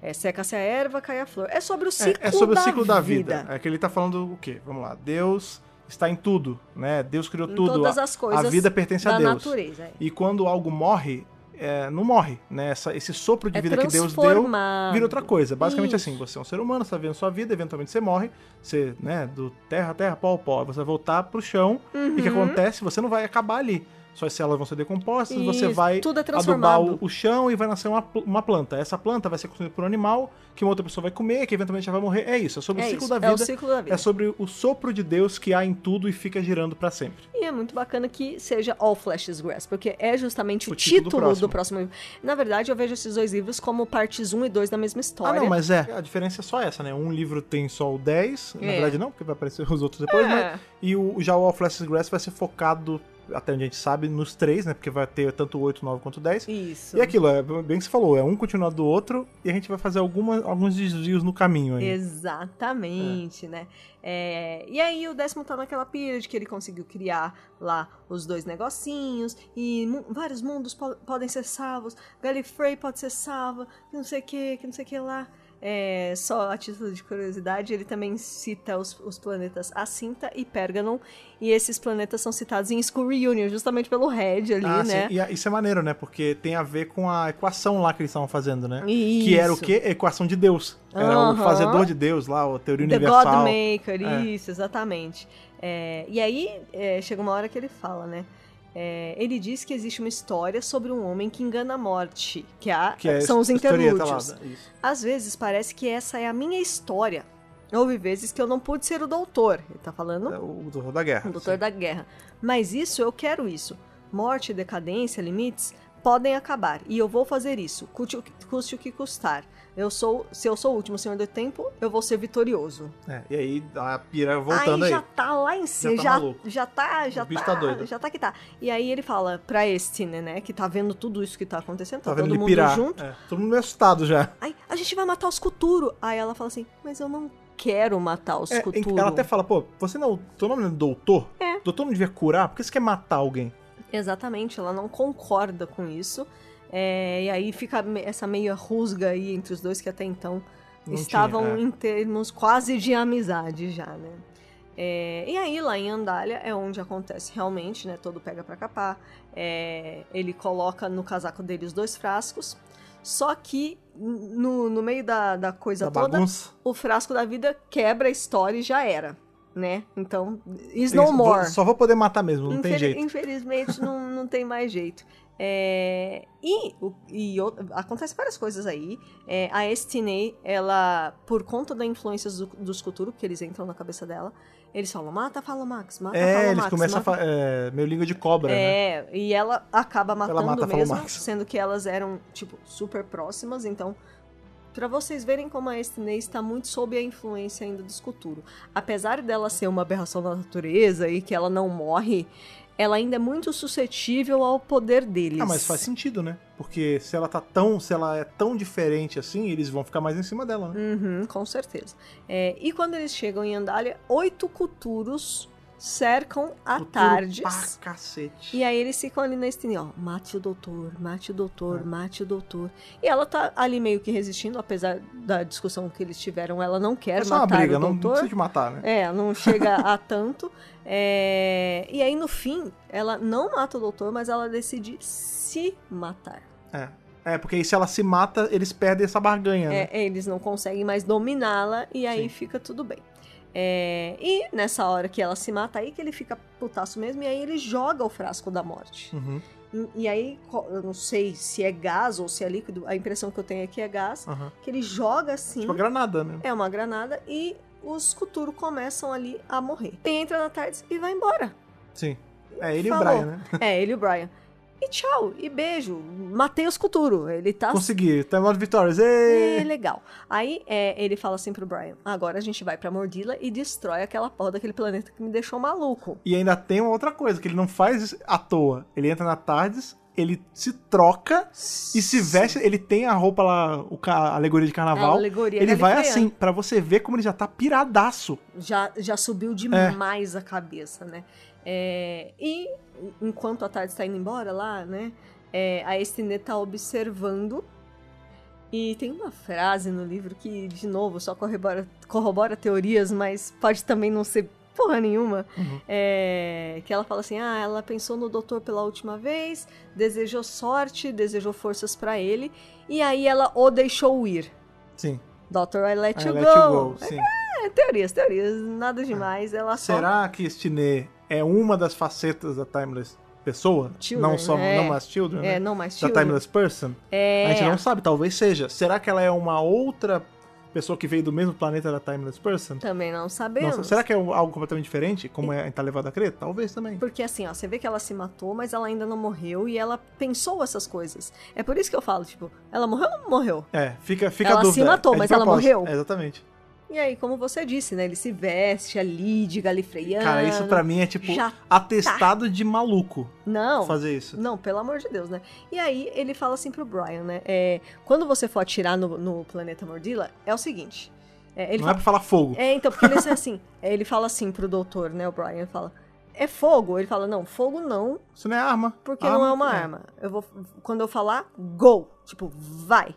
É, seca-se a erva, cai a flor. É sobre o ciclo É, é sobre o ciclo da vida. É que ele tá falando o quê? Vamos lá. Deus está em tudo, né? Deus criou Em tudo. todas a, as coisas a vida pertence da a Deus. natureza. É. E quando algo morre, é, não morre, né? Essa- esse sopro de É vida que Deus deu transformado. vira outra coisa. Basicamente Isso. assim, você é um ser humano, você tá vivendo sua vida, eventualmente você morre, você, né, do terra, terra, pó, pó, você vai voltar pro chão, e o que Uhum. acontece? Você não vai acabar ali. Suas células vão ser decompostas, você Isso, vai tudo é adubar transformado. o, o chão e vai nascer uma, pl- uma planta. Essa planta vai ser consumida por um animal, que uma outra pessoa vai comer, que eventualmente já vai morrer. É isso, é sobre É o ciclo isso, da é o vida. ciclo da vida. É sobre o sopro de Deus que há em tudo e fica girando pra sempre. E é muito bacana que seja All Flesh is Grass, porque é justamente o, O título do título do próximo. próximo livro. Na verdade, eu vejo esses dois livros como partes 1 e 2 da mesma história. Ah, não, mas é. A diferença é só essa, né? Um livro tem só o 10, na É. verdade não, porque vai aparecer [LAUGHS] os outros depois, É. mas. E o, já o All Flash Grass vai ser focado, até onde a gente sabe, nos três, né? Porque vai ter tanto o 8, 9 quanto o 10. Isso. E aquilo, é bem que você falou, é um continuado do outro e a gente vai fazer alguma, alguns desvios no caminho aí. Exatamente, né? É, e aí o décimo tá naquela pilha de que ele conseguiu criar lá os dois negocinhos e mu- vários mundos po- podem ser salvos, Gallifrey pode ser salva, que não sei o que, que não sei o que lá. É, só a título de curiosidade, ele também cita os, os planetas Assinta e Pergamon, e esses planetas são citados em School Reunion, justamente pelo Red ali, ah, né? sim. E a- isso é maneiro, né? Porque tem a ver com a equação lá que eles estavam fazendo, né? Isso. Que era o quê? A equação de Deus. Era o Aham. fazedor de Deus lá, a teoria The universal. Godmaker, É. isso, exatamente. É, e aí é, chega uma hora que ele fala, né? É, ele diz que existe uma história sobre um homem que engana a morte, que, a- que é são os historieta interlúdios. lá. né? Isso. Às vezes parece que essa é a minha história. Houve vezes que eu não pude ser o doutor. Ele tá falando É O doutor da guerra. o doutor da guerra. Mas isso, eu quero isso. Morte, decadência, limites podem acabar. E eu vou fazer isso, custe o que- custe o que custar. Eu sou, se eu sou o último senhor do tempo, eu vou ser vitorioso. É, e aí a pira voltando aí aí. já tá lá em cima, tá já, maluco. já tá, já O bicho tá doido. já tá que tá. E aí ele fala pra este, né, né, que tá vendo tudo isso que tá acontecendo, tá, Tá vendo todo ele mundo pirar. junto. É, todo mundo meio assustado já. Aí, a gente vai matar os Kuturo. Aí ela fala assim, mas eu não quero matar os É, em- Kuturo. ela até fala, pô, você não. Teu nome não é doutor? É. Doutor não devia curar? Por que você quer matar alguém? Exatamente, ela não concorda com isso. É, e aí fica me- essa meia rusga aí entre os dois que até então Não estavam tinha, é. em termos quase de amizade já, né? É, e aí lá em Andália é onde acontece realmente, né? Todo pega pra capar. É, ele coloca no casaco dele os dois frascos. Só que n- no, no meio da, da coisa Da toda, bagunça. o frasco da vida quebra a história e já era, né? Então, is Tem- no vou- more. Então, Só vou poder matar mesmo, não tem Infeli- jeito. Infelizmente, não, não tem mais jeito. É, e o- e o- acontece várias coisas aí. É, a Estinei, ela, por conta da influência do- dos Kuturo, que eles entram na cabeça dela, eles falam, mata Falo Max, mata Falo É, eles Max, começam a mata falar. É, meio língua de cobra, né? é, e ela acaba matando mata a mesmo, Falomax. sendo que elas eram, tipo, super próximas, então. Pra vocês verem como a Estinei está muito sob a influência ainda do Escuturo. Apesar dela ser uma aberração da natureza e que ela não morre, ela ainda é muito suscetível ao poder deles. Ah, mas faz sentido, né? Porque se ela tá tão. Se ela é tão diferente assim, eles vão ficar mais em cima dela, né? Uhum, com certeza. É, e quando eles chegam em Andália, oito Cuturos cercam a Futuro tarde. Pra cacete. E aí eles ficam ali na estreia, ó, mate o doutor, mate o É. doutor, mate o doutor. E ela tá ali meio que resistindo, apesar da discussão que eles tiveram, ela não quer é só uma matar briga, o não, não doutor. precisa de matar, né? É, não [LAUGHS] chega a tanto. É, E aí no fim, ela não mata o doutor, mas ela decide se matar. É. porque aí se ela se mata, eles perdem essa barganha, né? É, eles não conseguem mais dominá-la e aí Sim. fica tudo bem. É, e nessa hora que ela se mata, aí que ele fica putaço mesmo, e aí ele joga o frasco da morte. Uhum, E aí, co- eu não sei se é gás ou se é líquido, a impressão que eu tenho é que é gás, aham. que ele joga assim, Tipo a granada, né? é uma granada, e os Kuturo começam ali a morrer. Ele entra na tarde e vai embora. Sim. É ele e Falou. o Brian, né? é, ele e o Brian. E tchau, e beijo. Matei os Kuturo. Ele tá Consegui. Terminal de vitórias. Ê! É, legal. Aí é, ele fala assim pro Brian: agora a gente vai pra Mordila e destrói aquela porra daquele planeta que me deixou maluco. E ainda tem uma outra coisa, que ele não faz isso à toa. Ele entra na Tardes, ele se troca e se É veste. Ele tem a roupa lá, o ca- a alegoria de carnaval. alegoria ele vai galileana. assim, pra você ver como ele já tá piradaço. já, já É. subiu demais a cabeça, né? É, e enquanto a tarde está indo embora lá, né? é, a Estine tá observando. E tem uma frase no livro que, de novo, só corrobora, corrobora teorias, mas pode também não ser porra nenhuma. Uhum. É, que ela fala assim: ah, ela pensou no doutor pela última vez, desejou sorte, desejou forças pra ele, e aí ela o deixou ir. Sim. Doctor, I let, I you, let go. you go, sim. É, teorias, teorias, nada demais. Ela só. Ah, Será que Stiné é uma das facetas da Timeless pessoa? Children, não só é. não mais Children, É, né? não mais Da tio. Timeless Person? É. A gente não sabe, talvez seja. Será que ela é uma outra pessoa que veio do mesmo planeta da Timeless Person? Também não sabemos. Nossa, será que é algo completamente diferente, como é, tá levado a crer? Talvez também. Porque assim, ó, você vê que ela se matou, mas ela ainda não morreu e ela pensou essas coisas. É por isso que eu falo, tipo, ela morreu ou não morreu? É, fica, fica Ela a se dúvida. matou, É de mas ela propósito. morreu? É, exatamente. E aí, como você disse, né? Ele se veste ali de galifreiano. Cara, isso pra mim é tipo já atestado de maluco Não. fazer isso. Não, pelo amor de Deus, né? E aí ele fala assim pro Brian, né? é, quando você for atirar no, no planeta Mordila, é o seguinte. é, ele não fala, é pra falar fogo. É, então, porque ele diz assim, é, ele fala assim pro doutor, né, o Brian, fala, é fogo? Ele fala, não, fogo não, Isso não é arma. porque Arma- não é uma arma. Eu vou, quando eu falar, go, tipo, vai,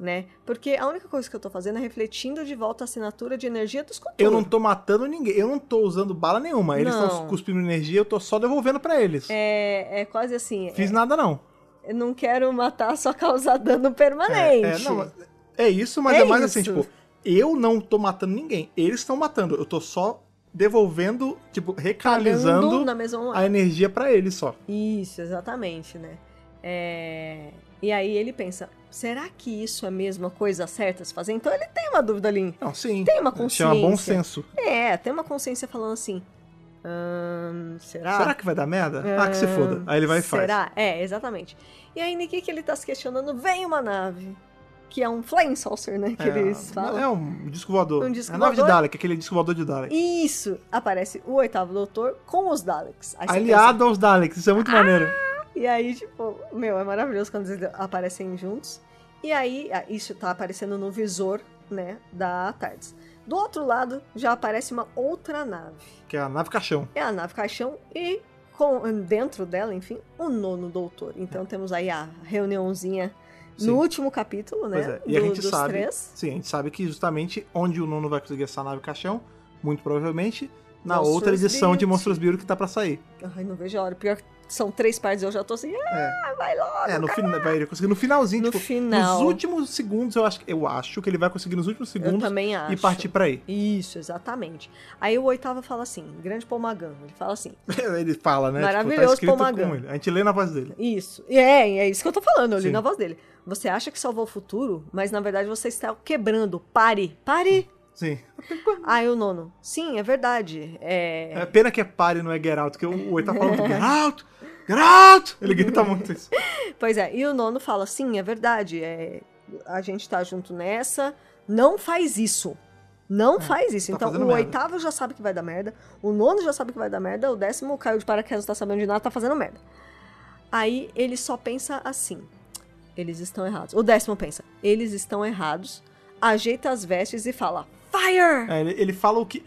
né? Porque a única coisa que eu tô fazendo é refletindo de volta a assinatura de energia dos culturos. Eu não tô matando ninguém, eu não tô usando bala nenhuma. Eles Não. estão cuspindo energia, eu tô só devolvendo pra eles. É, é quase assim, Fiz nada não. é, eu não quero matar, só causar dano permanente. É, é, não, é isso, mas É é, mais assim, isso. tipo, eu não tô matando ninguém, eles estão matando. Eu tô só devolvendo, tipo, Dando recanalizando na mesma moeda. a energia pra eles só. Isso, exatamente, né? É, E aí ele pensa, será que isso é mesmo a mesma coisa certa a se fazer? Então ele tem uma dúvida ali. Não, sim. Tem uma Chama bom consciência. senso. É, tem uma consciência falando assim, "Ahn, será? Será que vai dar merda? É. Ah, que se foda. Aí ele vai e faz. Será? É, exatamente. E aí, Niki, que ele tá se questionando, vem uma nave. que é um Flying Saucer, né? Que eles falam. É um disco voador. Um disco é a nave de voador. Dalek, aquele disco voador de Dalek. Isso! Aparece o oitavo doutor com os Daleks. Aí você Aliado aos Daleks, isso é Ah! muito maneiro. pensa- e aí, tipo, meu, é maravilhoso quando eles aparecem juntos. E aí, ah, isso tá aparecendo no visor, né, da TARDIS. Do outro lado, já aparece uma outra nave. Que é a nave caixão. É a nave caixão e com, dentro dela, enfim, o nono doutor. Então temos aí a reuniãozinha É. Sim. no último capítulo, né? Pois é, e a do- gente dos sabe- três. Sim, a gente sabe que justamente onde o Nuno vai conseguir essa nave caixão, muito provavelmente, na Monstros outra edição de Beauty. Monstros Beauty que tá pra sair. Ai, não vejo a hora. Pior que são três partes, eu já tô assim, ah, É, vai logo! é no, fina- vai ele conseguir no finalzinho, No tipo, final. nos últimos segundos, eu acho, que- eu acho que ele vai conseguir nos últimos eu segundos também acho. e partir pra aí. Isso, exatamente. Aí o oitavo fala assim, grande Pomagan, ele fala assim, [LAUGHS] ele fala, né? tipo, tá Maravilhoso, escrito Pomagan. com ele. A gente lê na voz dele. isso. E é, e é isso que eu tô falando, eu li Sim. na voz dele. Você acha que salvou o futuro, mas na verdade você está quebrando. Pare, pare. Sim. Aí o nono, sim, é verdade. É, É pena que é pare, não é get out, que o oito tá falando get out, get out! Ele grita muito isso. Pois é, e o nono fala, sim, é verdade, é, a gente tá junto nessa, não faz isso. Não faz isso. tá então, o fazendo merda. oitavo já sabe que vai dar merda, o nono já sabe que vai dar merda, o décimo caiu de paraquedas, não tá sabendo de nada, tá fazendo merda. Aí ele só pensa assim, eles estão errados. O décimo pensa, eles estão errados, ajeita as vestes e fala, fire! É, ele, ele fala o que.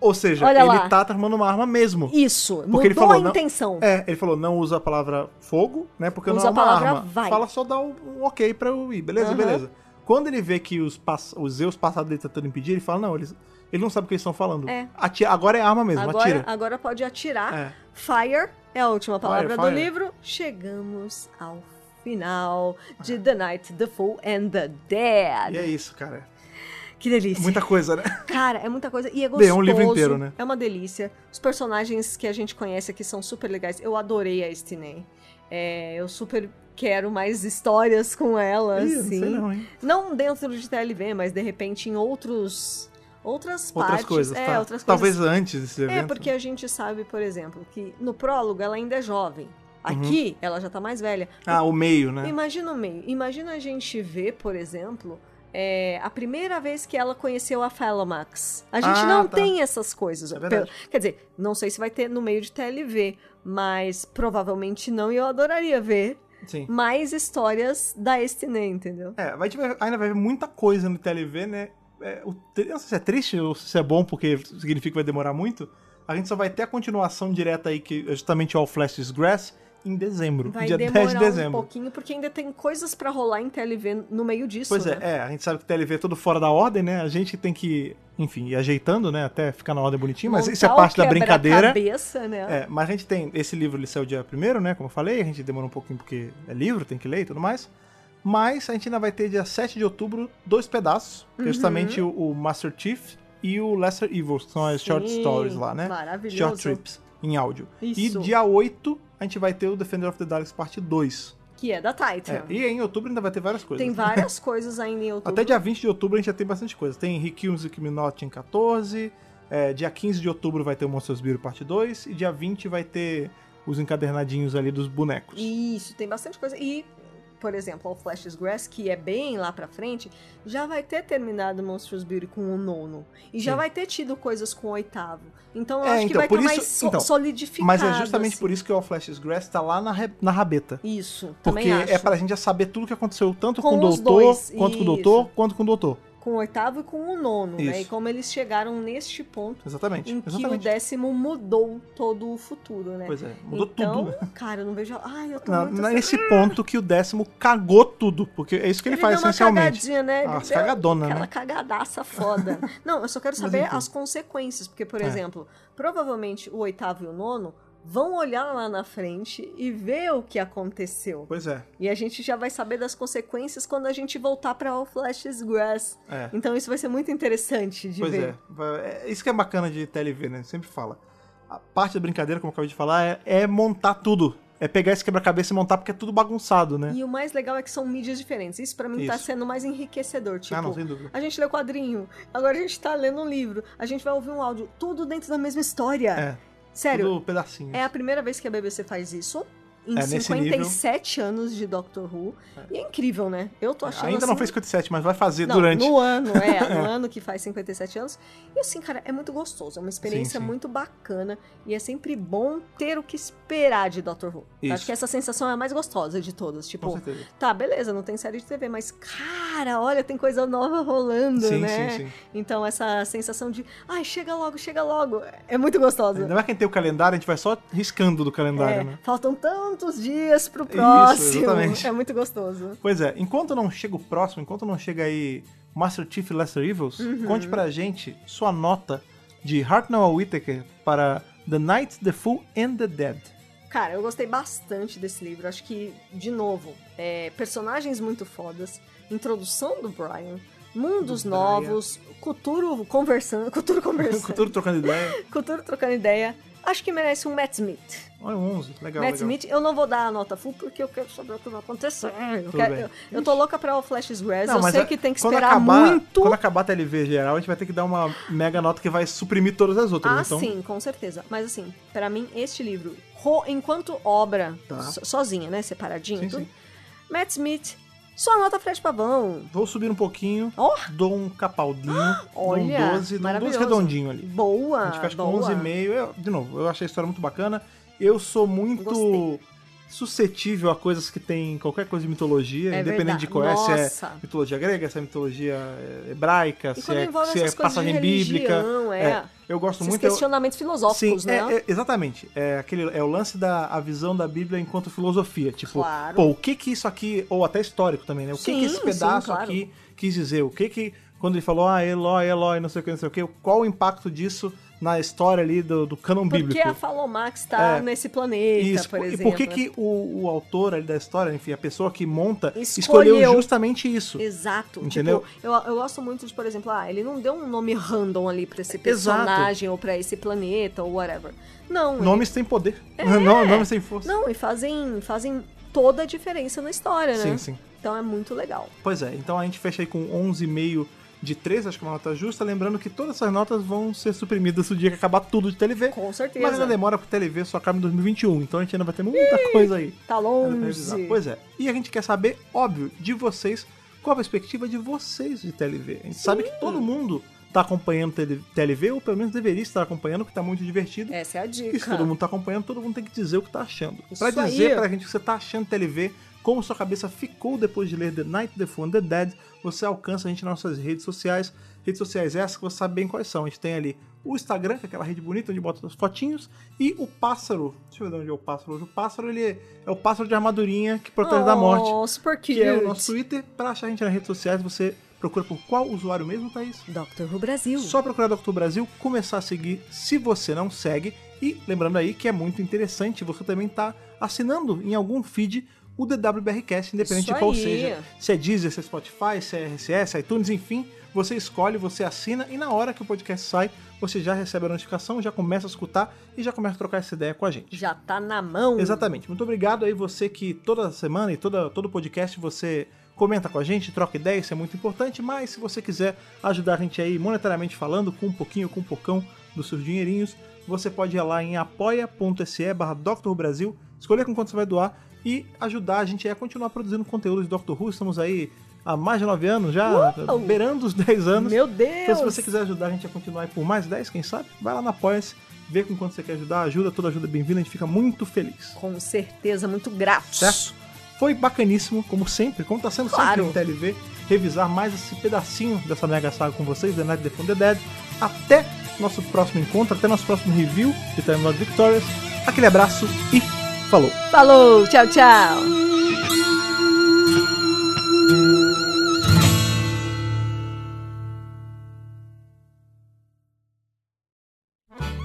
Ou seja, Olha ele lá. tá transformando uma arma mesmo. Isso, mudou É, ele falou, a não- intenção. É, ele falou, não usa a palavra fogo, né? Porque Usa não é a uma palavra arma. vai. Fala só dá um, um ok pra eu ir, beleza, Aham. beleza. Quando ele vê que os, pass... os Zeus passados dele tá tentando impedir, ele fala, não, eles... ele não sabe o que eles estão falando. É. Ati- Agora é arma mesmo, agora, atira. agora pode atirar. É. Fire é a última palavra Fire, do fire. livro. Chegamos ao final de The Night, The Fool and the Dead. E é isso, cara. Que delícia. Muita coisa, né? Cara, é muita coisa. E é Lê gostoso. um livro inteiro, né? É uma delícia. Os personagens que a gente conhece aqui são super legais. Eu adorei a Stiney. É, eu super quero mais histórias com ela, Ih, assim. Não sei não, hein? Não dentro de TLV, mas de repente em outros... Outras, Outras partes. coisas, é, tá? outras coisas. Talvez antes desse evento. É, porque a gente sabe, por exemplo, que no prólogo ela ainda é jovem. Uhum. Aqui, ela já tá mais velha. Ah, o meio, né? Imagina o meio. Imagina a gente ver, por exemplo, é, a primeira vez que ela conheceu a Falomax. A gente Ah, não tá. tem essas coisas. É verdade. Pelo- Quer dizer, não sei se vai ter no meio de TLV, mas provavelmente não, e eu adoraria ver Sim. mais histórias da Estiné, entendeu? É, vai, tiver- ainda vai ver muita coisa no TLV, né? É, o, tri- eu não sei se é triste ou se é bom, porque significa que vai demorar muito. A gente só vai ter a continuação direta aí, que é justamente All Flash is Grass, em dezembro. Vai dia 10 de demorar um dezembro. pouquinho, porque ainda tem coisas pra rolar em TLV no meio disso. pois é, né? é, a gente sabe que o TLV é todo fora da ordem, né? A gente tem que, enfim, ir ajeitando, né? Até ficar na ordem bonitinho, mas isso é Montar o parte da brincadeira. quebra-cabeça, né? É, mas a gente tem. Esse livro ele saiu dia primeiro, né? Como eu falei, a gente demorou um pouquinho porque é livro, tem que ler e tudo mais. Mas a gente ainda vai ter dia 7 de outubro dois pedaços, que Uhum. é justamente o, o Master Chief e o Lesser Evils, que são as short Sim, stories lá, né? Maravilhoso. Short trips em áudio. Isso. E dia 8 a gente vai ter o Defender of the Daleks parte 2. Que é da Titan. É, e em outubro ainda vai ter várias coisas. Tem várias coisas ainda em outubro. Até dia 20 de outubro a gente já tem bastante coisa. Tem Rick Music Minot em 14. é, dia 15 de outubro vai ter o Monstros Beer Parte 2. E dia 20 vai ter os encadernadinhos ali dos bonecos. Isso, tem bastante coisa. E, por exemplo, o Flash's Grass, que é bem lá pra frente, já vai ter terminado Monsters Beauty com o nono. E já Sim. vai ter tido coisas com o oitavo. Então eu É, acho que então, vai por estar mais isso- so então, solidificado. Mas é justamente assim. por isso que o All Flash's Grass tá lá na, re- na rabeta. Isso, Porque também acho. é pra gente já saber tudo o que aconteceu, tanto com, Com o os doutor, dois, quanto com o isso. doutor, quanto com o doutor. Com o oitavo e com o nono, né? Isso. E como eles chegaram neste ponto Exatamente. em que o exatamente. décimo mudou todo o futuro, né? Pois é, mudou então, tudo. cara, eu não vejo. a- Ai, eu tô Na, muito na- assim. nesse ponto que o décimo cagou tudo. Porque é isso é que ele, faz deu uma essencialmente. cagadinha, né? Ele As deu cagadona, aquela né? cagadaça [LAUGHS] foda. não, eu só quero Mas saber enfim. as consequências, porque, por É. exemplo, provavelmente o oitavo e o nono vão olhar lá na frente e ver o que aconteceu. Pois é. E a gente já vai saber das consequências quando a gente voltar pra All Flash's Grass. é. Então isso vai ser muito interessante de Pois ver. é. Va- é. Isso que é bacana de TLV, né? Sempre fala. A parte da brincadeira, como eu acabei de falar, é, é montar tudo. É pegar esse quebra-cabeça e montar, porque é tudo bagunçado, né? E o mais legal é que são mídias diferentes. Isso pra mim tá Isso. sendo mais enriquecedor, tipo, ah, não, sem dúvida. a gente lê quadrinho, agora a gente tá lendo um livro, a gente vai ouvir um áudio, tudo dentro da mesma história. É, Sério, tudo pedacinho. É a primeira vez que a BBC faz isso. em É, nesse 57 anos de Doctor Who. E é incrível, né? Eu tô achando É, Ainda assim, não fez 57, mas vai fazer Não, durante. No ano, é. [LAUGHS] No ano que faz 57 anos. E assim, cara, é muito gostoso. É uma experiência sim. muito bacana. E é sempre bom ter o que esperar de Doctor Who. Isso. Acho que essa sensação é a mais gostosa de todas. Com Tipo, certeza. tá, beleza, não tem série de TV, mas cara, olha, tem coisa nova rolando, Sim, né? sim, sim. Então essa sensação de, ai, chega logo, chega logo, é muito gostosa. Ainda mais quem tem o calendário, a gente vai só riscando do calendário, É, né? Faltam tantos dias pro próximo. exatamente. é muito gostoso. Pois é, enquanto não chega o próximo, enquanto não chega aí Master Chief e Lester Evils, Uhum. conte pra gente sua nota de Hartnell Whittaker para The Night, The Fool and the Dead. Cara, eu gostei bastante desse livro. Acho que, de novo, é, personagens muito fodas, introdução do Brian, mundos Do Brian. novos, cultura conversando, [LAUGHS] cultura Com conversando, tudo um trocando ideia. cultura trocando ideia. Acho que merece um Matt Smith. Olha, 11. Legal, Matt legal. Smith, eu não vou dar a nota full porque eu quero saber o que vai acontecer. Eu, Tudo quero- bem. eu- eu tô louca pra o Flash Grass, eu mas sei a- que tem que quando esperar acabar, muito. Quando acabar a TLV geral, a gente vai ter que dar uma mega nota que vai suprimir todas as outras. Ah, então, sim, com certeza. Mas assim, pra mim, este livro, ro- enquanto obra, Tá. so- sozinha, né? Separadinho, Sim, tudo. sim. Matt Smith, só nota Fred Pavão. Oh, Vou subir um pouquinho, Ó, dou um capaldinho, dou um [GASPS] olha, 12, dou um 12 maravilhoso. redondinho ali. boa. A gente fecha com boa. 11,5. Eu, de novo, eu achei a história muito bacana. Eu sou muito Gostei. suscetível a coisas que tem qualquer coisa de mitologia, É independente de verdade. qual é, se Nossa. é mitologia grega, se é mitologia é, hebraica, E se quando é, envolve se é essas coisas de passagem bíblica. religião, é. eu gosto Esses muito. eu- questionamentos filosóficos, Sim, né? é- é- exatamente. É, aquele, é o lance da a visão da Bíblia enquanto filosofia. Tipo, Claro. pô, o que que isso aqui, ou até histórico também, né? O que Sim, que esse sim, pedaço claro. aqui quis dizer? O que que, quando ele falou, ah, Eloy, Eloy, não sei o que, não sei o que, qual o impacto disso na história ali do, do cânon Por que bíblico? a Falomax tá É. nesse planeta, Isso, por e exemplo? por que que o, o autor ali da história, enfim, a pessoa que monta, Escolheu. escolheu, justamente isso? Exato. Entendeu? Tipo, eu, eu gosto muito de, por exemplo, ah, ele não deu um nome random ali pra esse Exato. personagem ou pra esse planeta ou whatever. Não. Nomes têm poder. [LAUGHS] Não, nomes têm ele- força. Não, e fazem, fazem toda a diferença na história, né? Sim, sim. Então é muito legal. Pois é, então a gente fecha aí com 11,5 de 3, acho que é uma nota justa. Lembrando que todas essas notas vão ser suprimidas no dia que acabar tudo de TLV. Com certeza. Mas ainda demora pro TLV só acaba em 2021, então a gente ainda vai ter muita coisa aí. Tá ainda pra revisar. longe. Pois é, e a gente quer saber, óbvio, de vocês, qual a perspectiva de vocês de TLV. A gente sabe que todo mundo tá acompanhando TL- TLV, ou pelo menos deveria estar acompanhando, porque tá muito divertido. Essa é a dica. E se todo mundo tá acompanhando, todo mundo tem que dizer o que tá achando. Isso Pra dizer aí. pra gente o que você tá achando do TLV, como sua cabeça ficou depois de ler The Night, The Phone, The Dead, você alcança a gente nas nossas redes sociais. Redes sociais essas que você sabe bem quais são. A gente tem ali o Instagram, que é aquela rede bonita onde bota as fotinhos, e o pássaro. Deixa eu ver de onde é o pássaro hoje. O pássaro, ele é- é o pássaro de armadurinha que protege da morte. Oh, super cute. Que é o nosso Twitter. Pra achar a gente nas redes sociais, você procura por qual usuário mesmo, Thaís? Doctor Who Brasil. Só procurar Dr. Brasil, começar a seguir se você não segue. E lembrando aí que é muito interessante, você também está assinando em algum feed o DWBRCast, independente Isso de qual aí. seja. Se é Deezer, se é Spotify, se é RCS, iTunes, enfim, você escolhe, você assina e na hora que o podcast sai, você já recebe a notificação, já começa a escutar e já começa a trocar essa ideia com a gente. Já tá na mão. Exatamente. Muito obrigado aí você que toda semana e toda, todo podcast você comenta com a gente, troca ideia, isso é muito importante, mas se você quiser ajudar a gente aí monetariamente falando, com um pouquinho, com um pocão dos seus dinheirinhos, você pode ir lá em apoia.se barra Dr. Brasil, escolher com quanto você vai doar e ajudar a gente aí a continuar produzindo conteúdo de Dr. Who. Estamos aí há mais de 9 anos já, Uau! beirando os 10 anos. Meu Deus. Então, se você quiser ajudar a gente a continuar aí por mais 10, quem sabe, vai lá na Apoia-se, vê com quanto você quer ajudar, ajuda, toda ajuda é bem-vinda, a gente fica muito feliz. Com certeza, muito grato. Certo? Foi bacaníssimo, como sempre, como tá sendo Claro. sempre no TLV, revisar mais esse pedacinho dessa mega saga com vocês, The Night Defend the Dead. Até nosso próximo encontro, até nosso próximo review de Time Lord Victorious. Aquele abraço e falou! Falou, tchau, tchau.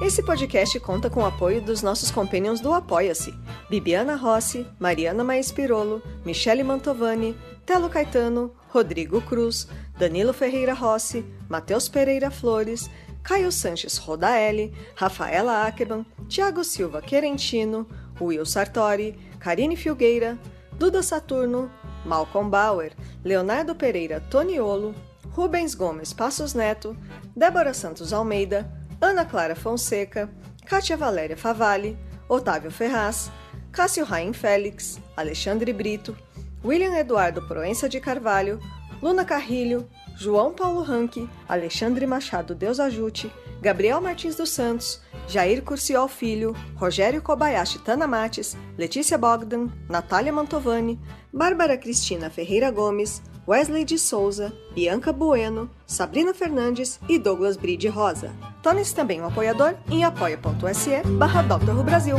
Esse podcast conta com o apoio dos nossos companions do Apoia-se: Bibiana Rossi, Mariana Maes Pirolo, Michele Mantovani, Telo Caetano, Rodrigo Cruz, Danilo Ferreira Rossi, Matheus Pereira Flores, Caio Sanches Rodaelli, Rafaela Ackerman, Tiago Silva Querentino, Will Sartori, Karine Filgueira, Duda Saturno, Malcolm Bauer, Leonardo Pereira Toniolo, Rubens Gomes Passos Neto, Débora Santos Almeida, Ana Clara Fonseca, Kátia Valéria Favalli, Otávio Ferraz, Cássio Raim Félix, Alexandre Brito, William Eduardo Proença de Carvalho, Luna Carrilho, João Paulo Ranque, Alexandre Machado Deus Ajute, Gabriel Martins dos Santos, Jair Curciol Filho, Rogério Kobayashi Tana Mates, Letícia Bogdan, Natália Mantovani, Bárbara Cristina Ferreira Gomes, Wesley de Souza, Bianca Bueno, Sabrina Fernandes e Douglas Bride Rosa. Torne-se também um apoiador em apoia.se barra Dr. Brasil.